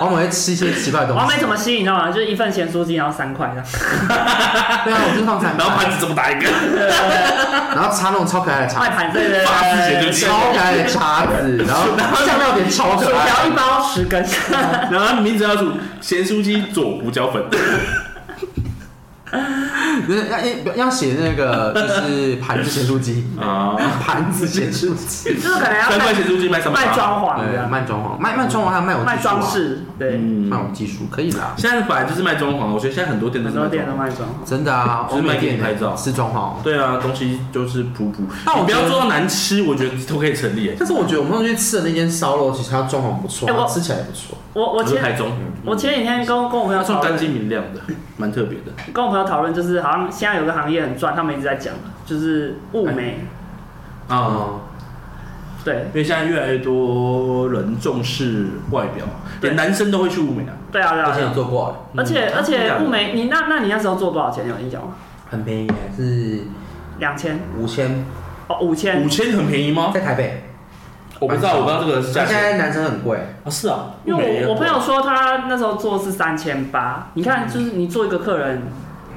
Speaker 1: 我每会吃一些奇怪的东
Speaker 3: 王美
Speaker 1: 西，
Speaker 3: 怎么吸引你知道吗？就是一份咸酥鸡，然后三块这样。
Speaker 1: 对啊，我就放三
Speaker 2: 然后
Speaker 1: 块，
Speaker 2: 盘子这么大一个，
Speaker 1: 然后插那种超可爱的
Speaker 3: 卖
Speaker 1: 茶，
Speaker 3: 盘对对对
Speaker 2: 八字咸
Speaker 3: 对
Speaker 2: 酥
Speaker 3: 对，
Speaker 2: 鸡
Speaker 1: 超可爱的叉子，然后酱料点超
Speaker 3: 薯
Speaker 1: 可
Speaker 3: 条
Speaker 1: 爱
Speaker 3: 一，包十根，
Speaker 2: 然后名字要煮咸酥鸡佐胡椒粉。
Speaker 1: 就是要要要写那个就是盘子咸酥鸡，
Speaker 2: 啊，
Speaker 1: 盘子咸酥鸡，
Speaker 3: 就是可能要
Speaker 2: 三块
Speaker 3: 卖
Speaker 2: 钱哎租金卖三百
Speaker 3: 卖
Speaker 2: 八。
Speaker 3: 装潢
Speaker 1: 对，
Speaker 3: 的，
Speaker 1: 卖装潢，卖卖装潢还有卖我技术啊
Speaker 3: 卖装，饰，对，
Speaker 2: 嗯
Speaker 1: 卖，我技术可以啦。
Speaker 2: 现在本来就是卖装潢，啊我觉得现在很多店都
Speaker 3: 很
Speaker 2: 是
Speaker 3: 多
Speaker 2: 卖
Speaker 3: 店都
Speaker 2: 装潢。
Speaker 3: 卖装潢。
Speaker 1: 真的啊，
Speaker 2: 就是
Speaker 1: 欧
Speaker 2: 卖
Speaker 1: 美
Speaker 2: 给
Speaker 1: 店
Speaker 2: 你拍照
Speaker 1: 是装潢。
Speaker 2: 对啊，东西就是普普，
Speaker 1: 那我
Speaker 2: 你不
Speaker 1: 觉
Speaker 2: 要
Speaker 1: 得
Speaker 2: 做到难吃，我觉得都可以成立。哎
Speaker 1: 但是我觉得我们上次去吃的那间烧肉，其实它装潢不错，
Speaker 3: 哎我
Speaker 1: 它吃起来也不错。
Speaker 3: 我我
Speaker 2: 我是台
Speaker 3: 前
Speaker 2: 中，
Speaker 3: 我前几天跟跟我朋友
Speaker 2: 它算
Speaker 3: 讨
Speaker 2: 干
Speaker 3: 论，
Speaker 2: 净明亮的，蛮特别的。
Speaker 3: 跟我朋友讨论，就是好像现在有
Speaker 2: 哎
Speaker 3: 个行业很赚，他们一直在讲，就是物美。
Speaker 2: 啊，
Speaker 1: 嗯，
Speaker 3: 对
Speaker 2: 因为现在越来越多人重视外表，
Speaker 3: 对
Speaker 2: 连男生都会去物美啊。
Speaker 3: 对啊对啊
Speaker 1: 而且
Speaker 3: 对啊
Speaker 1: 有。做过，
Speaker 2: 嗯
Speaker 3: 而且而
Speaker 2: 真的
Speaker 3: 且
Speaker 2: 假的
Speaker 3: 物美，你那那你那时候做多少钱？你有印象吗？
Speaker 1: 很便宜，是
Speaker 3: 两千
Speaker 1: 五千，
Speaker 3: 哦，五千
Speaker 2: 五。千很便宜吗？啊
Speaker 1: 在台北。
Speaker 2: 我不知道，我不知道这个价
Speaker 1: 那现
Speaker 2: 钱。
Speaker 1: 在男生很贵，
Speaker 2: 啊，是啊，
Speaker 3: 因
Speaker 2: 物美也
Speaker 3: 为
Speaker 2: 很
Speaker 3: 我我
Speaker 2: 贵
Speaker 3: 朋友说他那时候做是三千八，你看就是你做一个客人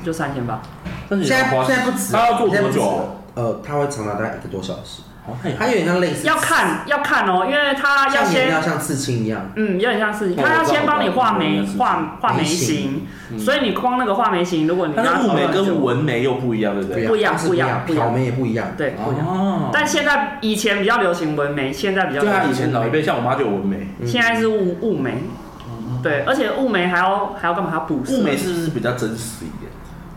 Speaker 3: 就三千八，
Speaker 2: 但是
Speaker 1: 现
Speaker 2: 也要
Speaker 1: 在
Speaker 2: 花
Speaker 1: 现在不止，
Speaker 2: 他要做
Speaker 1: 现在
Speaker 2: 多
Speaker 1: 不止
Speaker 2: 久啊？
Speaker 1: 呃，他会长达大概一个多小时，
Speaker 2: 好像也
Speaker 1: 它有点像类似
Speaker 3: 要看要看哦，因为他要
Speaker 1: 像颜
Speaker 3: 先
Speaker 1: 料像刺青一样，
Speaker 3: 嗯，有点像是
Speaker 2: 哦
Speaker 3: 他要
Speaker 2: 我知道
Speaker 3: 先帮你画眉
Speaker 2: 我知道
Speaker 3: 画画眉
Speaker 1: 眉
Speaker 3: 形
Speaker 1: 形，
Speaker 2: 嗯
Speaker 3: 所以你光那个画眉形，如果你
Speaker 2: 但
Speaker 3: 拿
Speaker 2: 是物美
Speaker 3: 手很久
Speaker 2: 跟纹眉又不一样，对不对？
Speaker 3: 不一样
Speaker 1: 啊它是
Speaker 3: 不
Speaker 1: 不
Speaker 3: 一
Speaker 1: 一
Speaker 3: 样
Speaker 1: 样，
Speaker 3: 不一样
Speaker 1: 挑眉也不一样。
Speaker 3: 对不一样。
Speaker 2: 哦
Speaker 3: 但现在以前比较流行纹眉，现在比较
Speaker 2: 对啊，
Speaker 3: 流
Speaker 2: 以
Speaker 3: 行
Speaker 2: 前老一辈像我妈就有纹眉，
Speaker 1: 嗯
Speaker 3: 现在是雾雾眉，对，而且雾眉还要还要干嘛？还要补
Speaker 2: 嗯
Speaker 3: 色
Speaker 2: 雾眉是不是比较真实一点？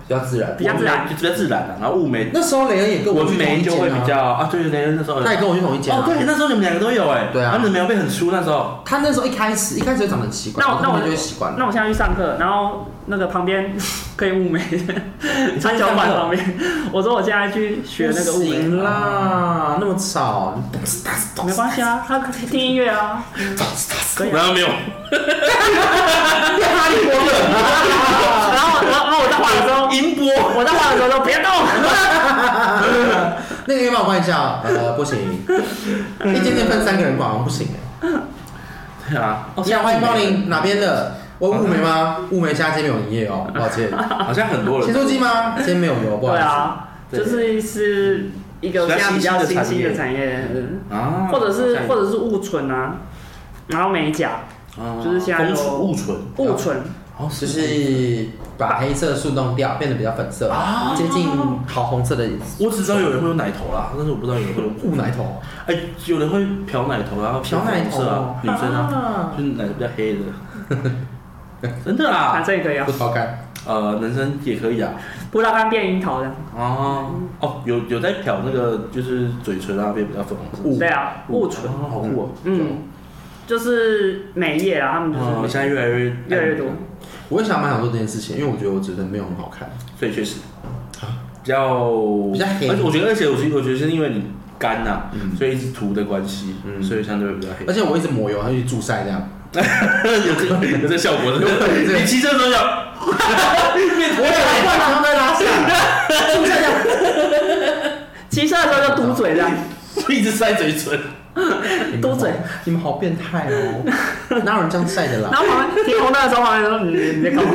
Speaker 1: 比较自然
Speaker 3: 比。较自
Speaker 2: 纹
Speaker 3: 然
Speaker 2: 眉就比较自然啊。然后雾眉
Speaker 1: 那时候雷恩也跟我
Speaker 2: 纹
Speaker 1: 去同
Speaker 2: 眉
Speaker 1: 一
Speaker 2: 就
Speaker 1: 间
Speaker 2: 会比
Speaker 1: 啊
Speaker 2: 较啊，对对对，那时候有
Speaker 1: 他也跟我去同一间、
Speaker 2: 哦，对，，那时候你们两个都有哎，
Speaker 1: 啊对啊
Speaker 2: 然后你的眉毛被很粗那时候，
Speaker 1: 他那时候一开始一开始就长得很奇怪，
Speaker 3: 那我
Speaker 1: 然后后面
Speaker 3: 那我
Speaker 1: 就会习惯了。
Speaker 3: 那我现在去上课，然后那个旁边 可以雾眉，三角板旁边。我说我现在去学那个雾
Speaker 1: 不
Speaker 3: 眉，
Speaker 1: 行啦，那么吵，
Speaker 3: 没关系啊，他听音乐啊，可以啊。
Speaker 2: 然后没有，
Speaker 1: 哈利波特，
Speaker 3: 然后然后然后我在画的时候，
Speaker 2: 音波，
Speaker 3: 我在画的时候说别动，
Speaker 1: 那个要帮我换一下，呃， 不行，一间店分三个人管好像不行哎。
Speaker 2: 对啊，哦
Speaker 1: 你好，欢迎光临，哪边的？
Speaker 3: 哦
Speaker 1: 我雾眉吗？雾眉家今天没有营业哦，抱 歉。
Speaker 2: 好像很多
Speaker 1: 咸
Speaker 2: 人
Speaker 1: 酥鸡吗？今天没有油，不好
Speaker 3: 对
Speaker 1: 意思。
Speaker 3: 啊，就是是一个现在比较新兴的产业，嗯
Speaker 2: 啊，
Speaker 3: 或者是
Speaker 2: 好像
Speaker 3: 或者是雾唇啊，然后美甲、
Speaker 2: 啊
Speaker 3: 就是现在有
Speaker 2: 风唇雾唇，
Speaker 3: 雾唇，
Speaker 2: 哦，
Speaker 1: 就
Speaker 2: 只
Speaker 1: 是把黑色速冻掉，变得比较粉色，
Speaker 2: 啊
Speaker 1: 接近桃红色的
Speaker 2: 我只知道有人会用奶头啦，但是我不知道有人会用，
Speaker 1: 雾奶头，
Speaker 2: 哎，有人会漂奶头，然后
Speaker 1: 漂奶头
Speaker 2: 是啊，女
Speaker 3: 嗯
Speaker 2: 生啊，
Speaker 1: 啊，
Speaker 2: 就是奶头比较黑的， 真的啦
Speaker 3: 反，正也可以啊
Speaker 1: 不，超干。
Speaker 2: 呃，男生也可以啊，
Speaker 3: 葡萄干变樱桃的，
Speaker 2: 哦哦，有有在漂那个就是嘴唇那边比较粉红色，
Speaker 3: 对啊，雾唇，
Speaker 2: 哦好酷哦，
Speaker 3: 嗯，就是美业啊，他们就是
Speaker 2: 嗯，
Speaker 3: 美
Speaker 2: 现在越来越
Speaker 3: 越来越多，
Speaker 1: 我也想蛮想做这件事情，因为我觉得我觉得没有很好看。
Speaker 2: 所以确实啊比较
Speaker 1: 比较黑
Speaker 2: 而且我觉得，而且我觉得，我觉得是因为你干呐、
Speaker 1: 嗯
Speaker 2: 所以一直涂的关系，
Speaker 1: 嗯
Speaker 2: 所以相对会比较黑
Speaker 1: 而。且我一直抹油，它就去助晒这样。
Speaker 2: 有这 个有这个效果，真的。
Speaker 1: 对
Speaker 2: 你骑车的时候要，
Speaker 1: 我也来罐头在拉屎，助晒这样。
Speaker 3: 骑车的时候就嘟嘴这样，
Speaker 2: 一直塞嘴唇。
Speaker 3: 嘟嘴，
Speaker 1: 你们好变态 哦！哪有人这样晒的啦？
Speaker 3: 然后旁边停红灯的时候，旁边说你你在干嘛？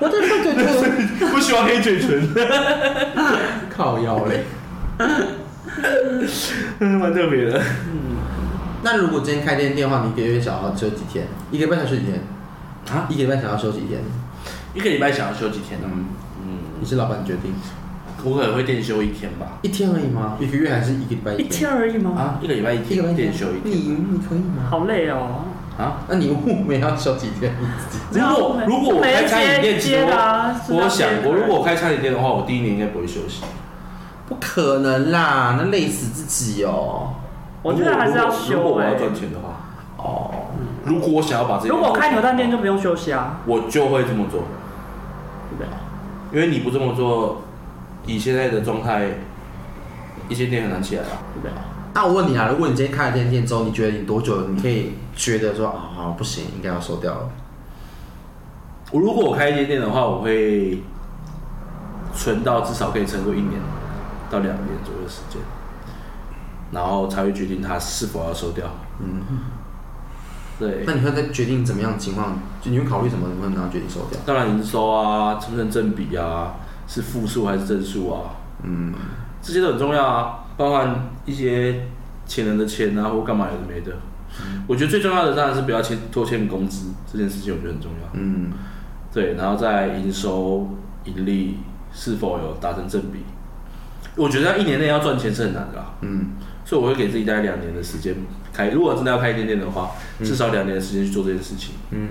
Speaker 1: 我这这这这
Speaker 2: 不喜欢黑嘴 唇，
Speaker 1: 靠腰嘞。
Speaker 2: 嗯，蛮特别的。
Speaker 1: 那如果今天开店店的话，你一个月想要休几天？一个半小时几天？
Speaker 2: 啊，
Speaker 1: 一个半想要休几天？
Speaker 2: 一个礼拜想要休几天呢、
Speaker 1: 嗯，
Speaker 2: 嗯，
Speaker 1: 你是老板决定，
Speaker 2: 我可能会店休一天吧。
Speaker 1: 一天而已吗？一个月还是一个礼拜
Speaker 3: 一天？而已吗？
Speaker 2: 啊，一个礼拜一
Speaker 1: 一个
Speaker 2: 天，
Speaker 1: 半
Speaker 2: 店休一天
Speaker 1: 你你可以吗？
Speaker 3: 好累哦。
Speaker 2: 啊。
Speaker 1: 那你雾眉要休几天？
Speaker 2: 如果如果我开餐饮店，其实
Speaker 3: 接的啊
Speaker 2: 我我想过，如果我开餐饮店的话，我第一年应该不会休息。
Speaker 1: 不可能啦，那累死自己哦。
Speaker 3: 我觉得还是要
Speaker 2: 如果
Speaker 3: 修
Speaker 2: 我
Speaker 3: 哎
Speaker 2: 要。赚钱的话，
Speaker 1: 哦，
Speaker 2: 如果我想要把这，
Speaker 3: 如果开牛蛋店就，不用休息啊，
Speaker 2: 我就会这么做，
Speaker 3: 对不对？
Speaker 2: 因为你不这么做，以现在的状态，一间店很难起来啊。
Speaker 3: 对不对？
Speaker 1: 那我问你啊，如果你今天开了这间店之后，你觉得你多久你可以觉得说啊、好不行，应该要收掉了？
Speaker 2: 我如果我开一间店的话，我会存到至少可以撑过一年到两年左右的时间，然后才会决定它是否要收掉。
Speaker 1: 嗯，
Speaker 2: 对
Speaker 1: 那，你会在决定怎么样的情况，就你会考虑什么，你会然后决定收掉？
Speaker 2: 当然营收啊，成不成正比啊，是负数还是正数啊，
Speaker 1: 嗯，
Speaker 2: 这些都很重要啊，包含一些前人的钱啊，或干嘛有的没的。
Speaker 1: 嗯
Speaker 2: 我觉得最重要的当然是不要欠拖欠工资这件事情，我觉得很重要。
Speaker 1: 嗯，
Speaker 2: 对，然后在营收、盈利是否有达成正比，我觉得一年内要赚钱是很难的啦。啊
Speaker 1: 嗯，
Speaker 2: 所以我会给自己大概两年的时间开。如果真的要开一间店的话，至少两年的时间去做这件事情。
Speaker 1: 嗯，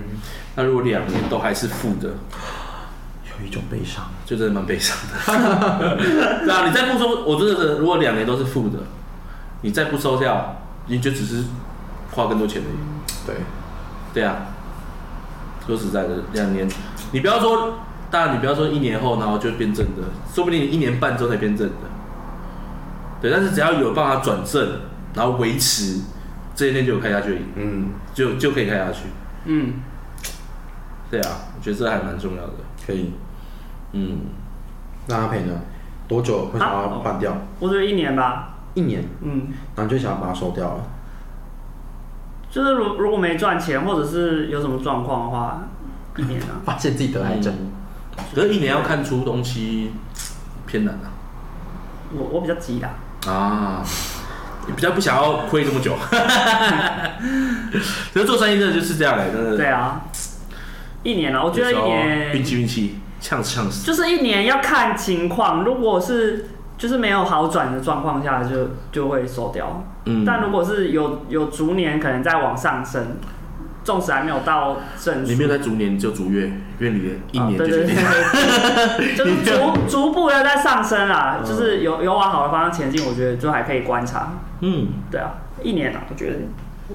Speaker 2: 那如果两年都还是负的，
Speaker 1: 有一种悲伤。
Speaker 2: 就真的蛮悲伤的。 对啊，你再不收，我真的是，如果两年都是负的，你再不收掉，你就只是花更多钱而已。
Speaker 1: 对，
Speaker 2: 对啊，说实在的，两年，你不要说，当然你不要说一年后然后就变正的，说不定你一年半之后才变正的。对，但是只要有办法转正，然后维持这一天就有开下去的瘾，
Speaker 1: 嗯，
Speaker 2: 就就可以开下去。
Speaker 3: 嗯，
Speaker 2: 对啊，我觉得这还蛮重要的。
Speaker 1: 可以。
Speaker 2: 嗯，
Speaker 1: 那阿培呢？多久会想要换掉？
Speaker 3: 我觉得一年吧，
Speaker 1: 一年，
Speaker 3: 嗯，
Speaker 1: 然后就想要把它收掉了。
Speaker 3: 就是如如果没赚钱或者是有什么状况的话，一年啊，
Speaker 1: 发现自己得癌症，
Speaker 2: 嗯可是一年要看出东西偏难啊。
Speaker 3: 我我比较急啦，
Speaker 2: 啊，你比较不想要亏这么 久。其实做生意真的就是这样哎、真的。
Speaker 3: 对啊，一年啊，我觉得一
Speaker 2: 有时候运
Speaker 3: 年
Speaker 2: 气运气，呛死呛死。
Speaker 3: 就是一年要看情况，如果是就是没有好转的状况下就就会收掉，
Speaker 2: 嗯，
Speaker 3: 但如果是有有逐年可能在往上升，纵使还没有到正
Speaker 2: 你
Speaker 3: 数
Speaker 2: 没有。在逐年就逐月，月里的一
Speaker 3: 啊
Speaker 2: 年就
Speaker 3: 对对
Speaker 2: 决
Speaker 3: 对
Speaker 2: 定。
Speaker 3: 对，就是逐逐步的在上升啦，就是有有往好的方向前进，我觉得就还可以观察。
Speaker 2: 嗯，
Speaker 3: 对啊，一年啊，我觉得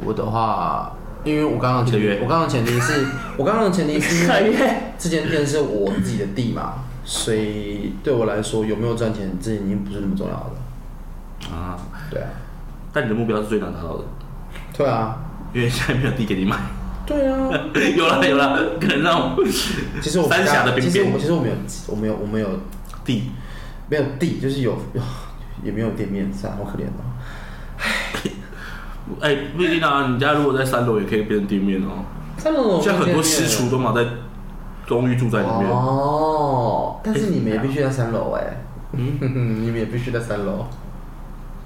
Speaker 1: 我的话，因为我刚刚的前
Speaker 2: 一个
Speaker 1: 提，
Speaker 2: 月
Speaker 1: 我刚刚的前提是，我刚刚的前提是
Speaker 3: 一
Speaker 1: 因
Speaker 3: 个
Speaker 1: 为
Speaker 3: 月，
Speaker 1: 这间店是我自己的地嘛，所以对我来说有没有赚钱，这已经不是那么重要了。
Speaker 2: 啊，
Speaker 1: 对啊，
Speaker 2: 但你的目标是最难达到的，
Speaker 1: 对啊，
Speaker 2: 因为现在没有地给你 买。
Speaker 1: 对啊。
Speaker 2: 有了有 了，可能那种
Speaker 1: 其实我们
Speaker 2: 三峡
Speaker 1: 家
Speaker 2: 的冰
Speaker 1: 其实我们
Speaker 2: 边
Speaker 1: 其实我们有我们有我们有
Speaker 2: 地，
Speaker 1: 没有地，就是有 有也没有店面，是啊，好可怜哦。
Speaker 2: 哎，不一定啊。你家如果在三楼也可以变成地面哦。
Speaker 1: 三楼有
Speaker 2: 现在很多
Speaker 1: 店面
Speaker 2: 私厨都嘛在公寓住在里面。
Speaker 1: 哦，但是你们也必须在三楼哎， 你们也必须在三楼。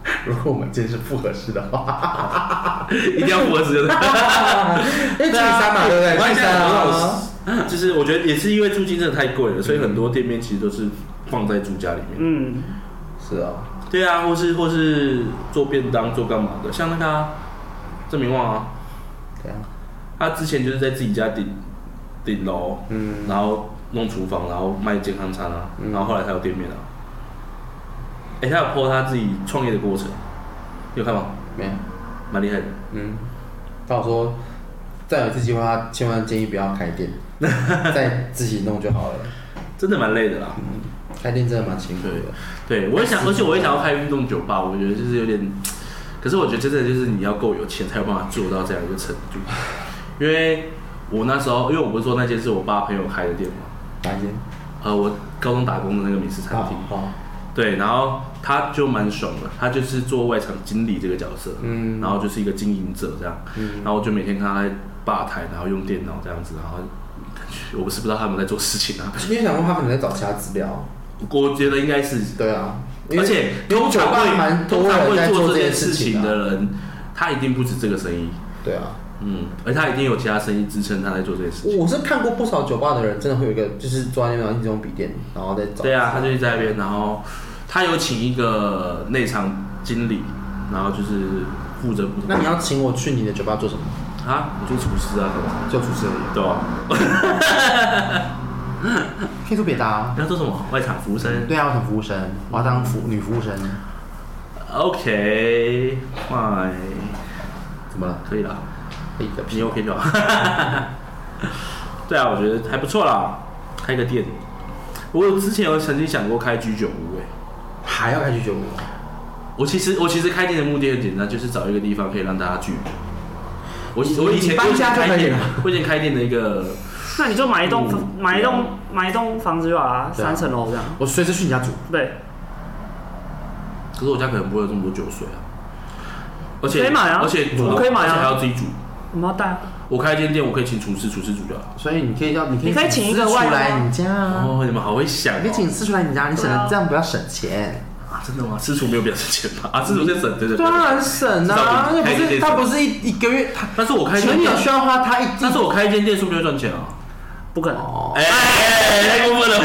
Speaker 1: 如果我们今天是复合式的话，
Speaker 2: 一定要符合时 间。
Speaker 1: 因为聚哎三 嘛，对不对？
Speaker 2: 我
Speaker 1: 聚
Speaker 2: 现在
Speaker 1: 三
Speaker 2: 很
Speaker 1: 啊
Speaker 2: 好，就是我觉得也是因为租金真的太贵了，所以很多店面其实都是放在住家里面。
Speaker 3: 嗯，
Speaker 1: 是啊，
Speaker 2: 对啊，或是或是做便当做干嘛的，像那个啊郑明旺啊，
Speaker 1: 对啊，
Speaker 2: 他之前就是在自己家顶顶楼，
Speaker 1: 嗯，
Speaker 2: 然后弄厨房，然后卖健康餐啊，然后后来才有店面啊。哎、他有 po 他自己创业的过程，你有看吗？
Speaker 1: 没有，
Speaker 2: 蛮厉害的。
Speaker 1: 嗯，到时候再有一次机会，他千万建议不要开 店，再自己弄就好了。
Speaker 2: 真的蛮累的啦，
Speaker 1: 开店真的蛮辛苦的，
Speaker 2: 对我也想，而且我也想要开运动酒吧，我觉得就是有点，可是我觉得真的就是你要够有钱才有办法做到这样一个程度，因为我那时候，因为我不是说那间是我爸朋友开的店嘛，
Speaker 1: 哪一间？啊哦
Speaker 2: 呃，我高中打工的那个美食餐
Speaker 1: 好
Speaker 2: 厅，
Speaker 1: 好，
Speaker 2: 对，然后他就蛮爽的，他就是做外场经理这个角色，
Speaker 1: 嗯
Speaker 2: 然后就是一个经营者这样，然后我就每天看他在吧台，然后用电脑这样子，然后感觉我是不知道他们在做事情啊，
Speaker 1: 因为想问他可能在找其他资料，
Speaker 2: 我觉得应该是
Speaker 1: 对啊，因为
Speaker 2: 而且
Speaker 1: 因为
Speaker 2: 通
Speaker 1: 酒
Speaker 2: 常
Speaker 1: 吧
Speaker 2: 会
Speaker 1: 蛮
Speaker 2: 通
Speaker 1: 多
Speaker 2: 常
Speaker 1: 人
Speaker 2: 会
Speaker 1: 在
Speaker 2: 做这
Speaker 1: 这
Speaker 2: 件
Speaker 1: 事
Speaker 2: 事情
Speaker 1: 的，
Speaker 2: 的啊人，他一定不止这个生意，
Speaker 1: 对啊。
Speaker 2: 嗯，而他一定有其他生意支撑他在做这件事情。
Speaker 1: 我是看过不少酒吧的人，真的会有一个就是坐在那边然后一直用笔电，然后再找。
Speaker 2: 对啊，他就一直在那边，然后他有请一个内场经理，然后就是负责
Speaker 1: 那你要请我去你的酒吧做什么？
Speaker 2: 啊，我就厨师啊，干嘛
Speaker 1: 做厨师而已，
Speaker 2: 对啊，
Speaker 1: 可以做别的啊。
Speaker 2: 你要做什么？外场服务生。
Speaker 1: 对啊，我想服务生，我要当服女服务生，
Speaker 2: OK，快，
Speaker 1: 怎么了？
Speaker 2: 可以了，
Speaker 1: 可以的，
Speaker 2: 你 OK 就好。 对啊，我觉得还不错啦，开个店。我有之前有曾经想过开居酒屋、欸，
Speaker 1: 还要开去酒屋？
Speaker 2: 我其实我其实开店的目的很简单，就是找一个地方可以让大家聚。我
Speaker 1: 你
Speaker 2: 我以前
Speaker 1: 你搬
Speaker 2: 我以前
Speaker 1: 家就
Speaker 2: 开
Speaker 1: 可以
Speaker 2: 店
Speaker 1: 了，
Speaker 2: 我以前开店的一个，
Speaker 3: 那你就买一栋
Speaker 2: 嗯
Speaker 3: 买一栋买一栋房子就好啦，
Speaker 1: 对啊
Speaker 3: 三层楼这样。
Speaker 1: 我随时去你家煮，
Speaker 3: 对，
Speaker 2: 可是我家可能不会有这么多酒水啊，而且
Speaker 3: 可以买啊
Speaker 2: 而且煮
Speaker 3: 我可以
Speaker 2: 而
Speaker 3: 买啊
Speaker 2: 且还要自己煮。
Speaker 3: 我们要带啊。
Speaker 2: 我开一间店，我可以请厨师，厨师煮就好。
Speaker 1: 所以你可以要，你可以
Speaker 3: 你可以请一个
Speaker 1: 私厨
Speaker 3: 外
Speaker 1: 来
Speaker 3: 佣
Speaker 1: 你家啊，
Speaker 2: 哦，你们好会想、哦
Speaker 1: 你可以请私厨来你家，你省
Speaker 3: 对啊
Speaker 1: 了这样不要省钱。
Speaker 2: 啊！真的吗？私厨没有表示钱吧？啊，私厨在省，对对对。
Speaker 1: 当然省啊，
Speaker 2: 至少
Speaker 1: 那不
Speaker 2: 比开一间
Speaker 1: 是
Speaker 2: 店
Speaker 1: 他不是一一个月，他
Speaker 2: 但是我开一间
Speaker 1: 全
Speaker 2: 店
Speaker 1: 有需，要花他一
Speaker 2: 但是我开一间店，是不是就会赚钱啊？
Speaker 3: 不可能。
Speaker 1: 哦，
Speaker 2: 哎哎，哎太过分了吧！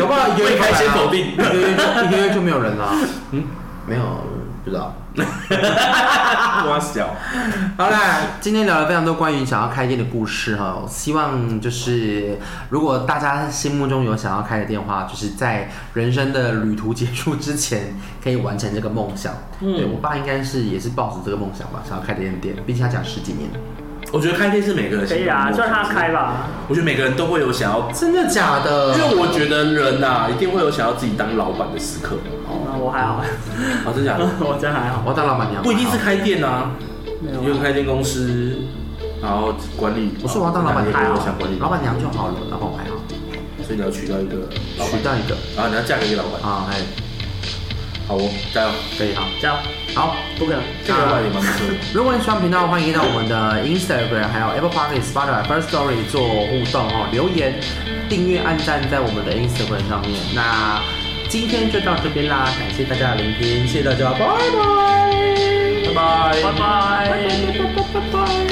Speaker 1: 搞不好一个月
Speaker 2: 未开先否定
Speaker 1: 哦一个月就一个月就没有人了。
Speaker 2: 嗯
Speaker 1: 嗯，没有，不知道。
Speaker 2: 我小，
Speaker 1: 好啦，今天聊了非常多关于想要开店的故事哈，希望就是如果大家心目中有想要开的店的话，就是在人生的旅途结束之前可以完成这个梦想。
Speaker 2: 嗯
Speaker 1: 对我爸应该是也是抱着这个梦想吧，想要开店店，毕竟他讲十几年。
Speaker 2: 我觉得开店是每个人
Speaker 3: 可以啊，
Speaker 2: 心
Speaker 3: 就
Speaker 2: 中的
Speaker 3: 让
Speaker 2: 梦想
Speaker 3: 他开吧。
Speaker 2: 我觉得每个人都会有想要
Speaker 1: 真的假的？
Speaker 2: 啊 因为我觉得人呐、一定会有想要自己当老板的时刻。
Speaker 1: 哦
Speaker 3: 嗯，我还好，
Speaker 2: 啊，真假的？
Speaker 3: 我真还好，
Speaker 1: 我要当老板娘，
Speaker 2: 不一定是开店啊，
Speaker 3: 没
Speaker 2: 也有
Speaker 3: 有。
Speaker 2: 开店公司，然后管理。
Speaker 1: 我说我要当老板
Speaker 2: 哪一个
Speaker 1: 娘
Speaker 2: 我想管理，，
Speaker 1: 老板娘就好了，老板还好，
Speaker 2: 所以你要娶到一个老板
Speaker 1: 娶，到一个
Speaker 2: 然后你要嫁给一个老板。
Speaker 1: 啊，哎，
Speaker 2: 好哦，加油！
Speaker 1: 可以好，
Speaker 3: 这样
Speaker 1: 好。
Speaker 3: 不可能，啊
Speaker 2: 这个老板也蛮不错的。
Speaker 1: 如果你喜欢频道，欢迎到我们的 Instagram，还有 Apple Park、Spotify、First Story 做互动哦，留言、订阅、按赞在我们的 Instagram 上面。那今天就到这边啦，感谢大家的聆听，谢谢大家，拜拜，
Speaker 2: 拜拜
Speaker 3: 拜拜。
Speaker 1: 拜拜拜拜拜拜。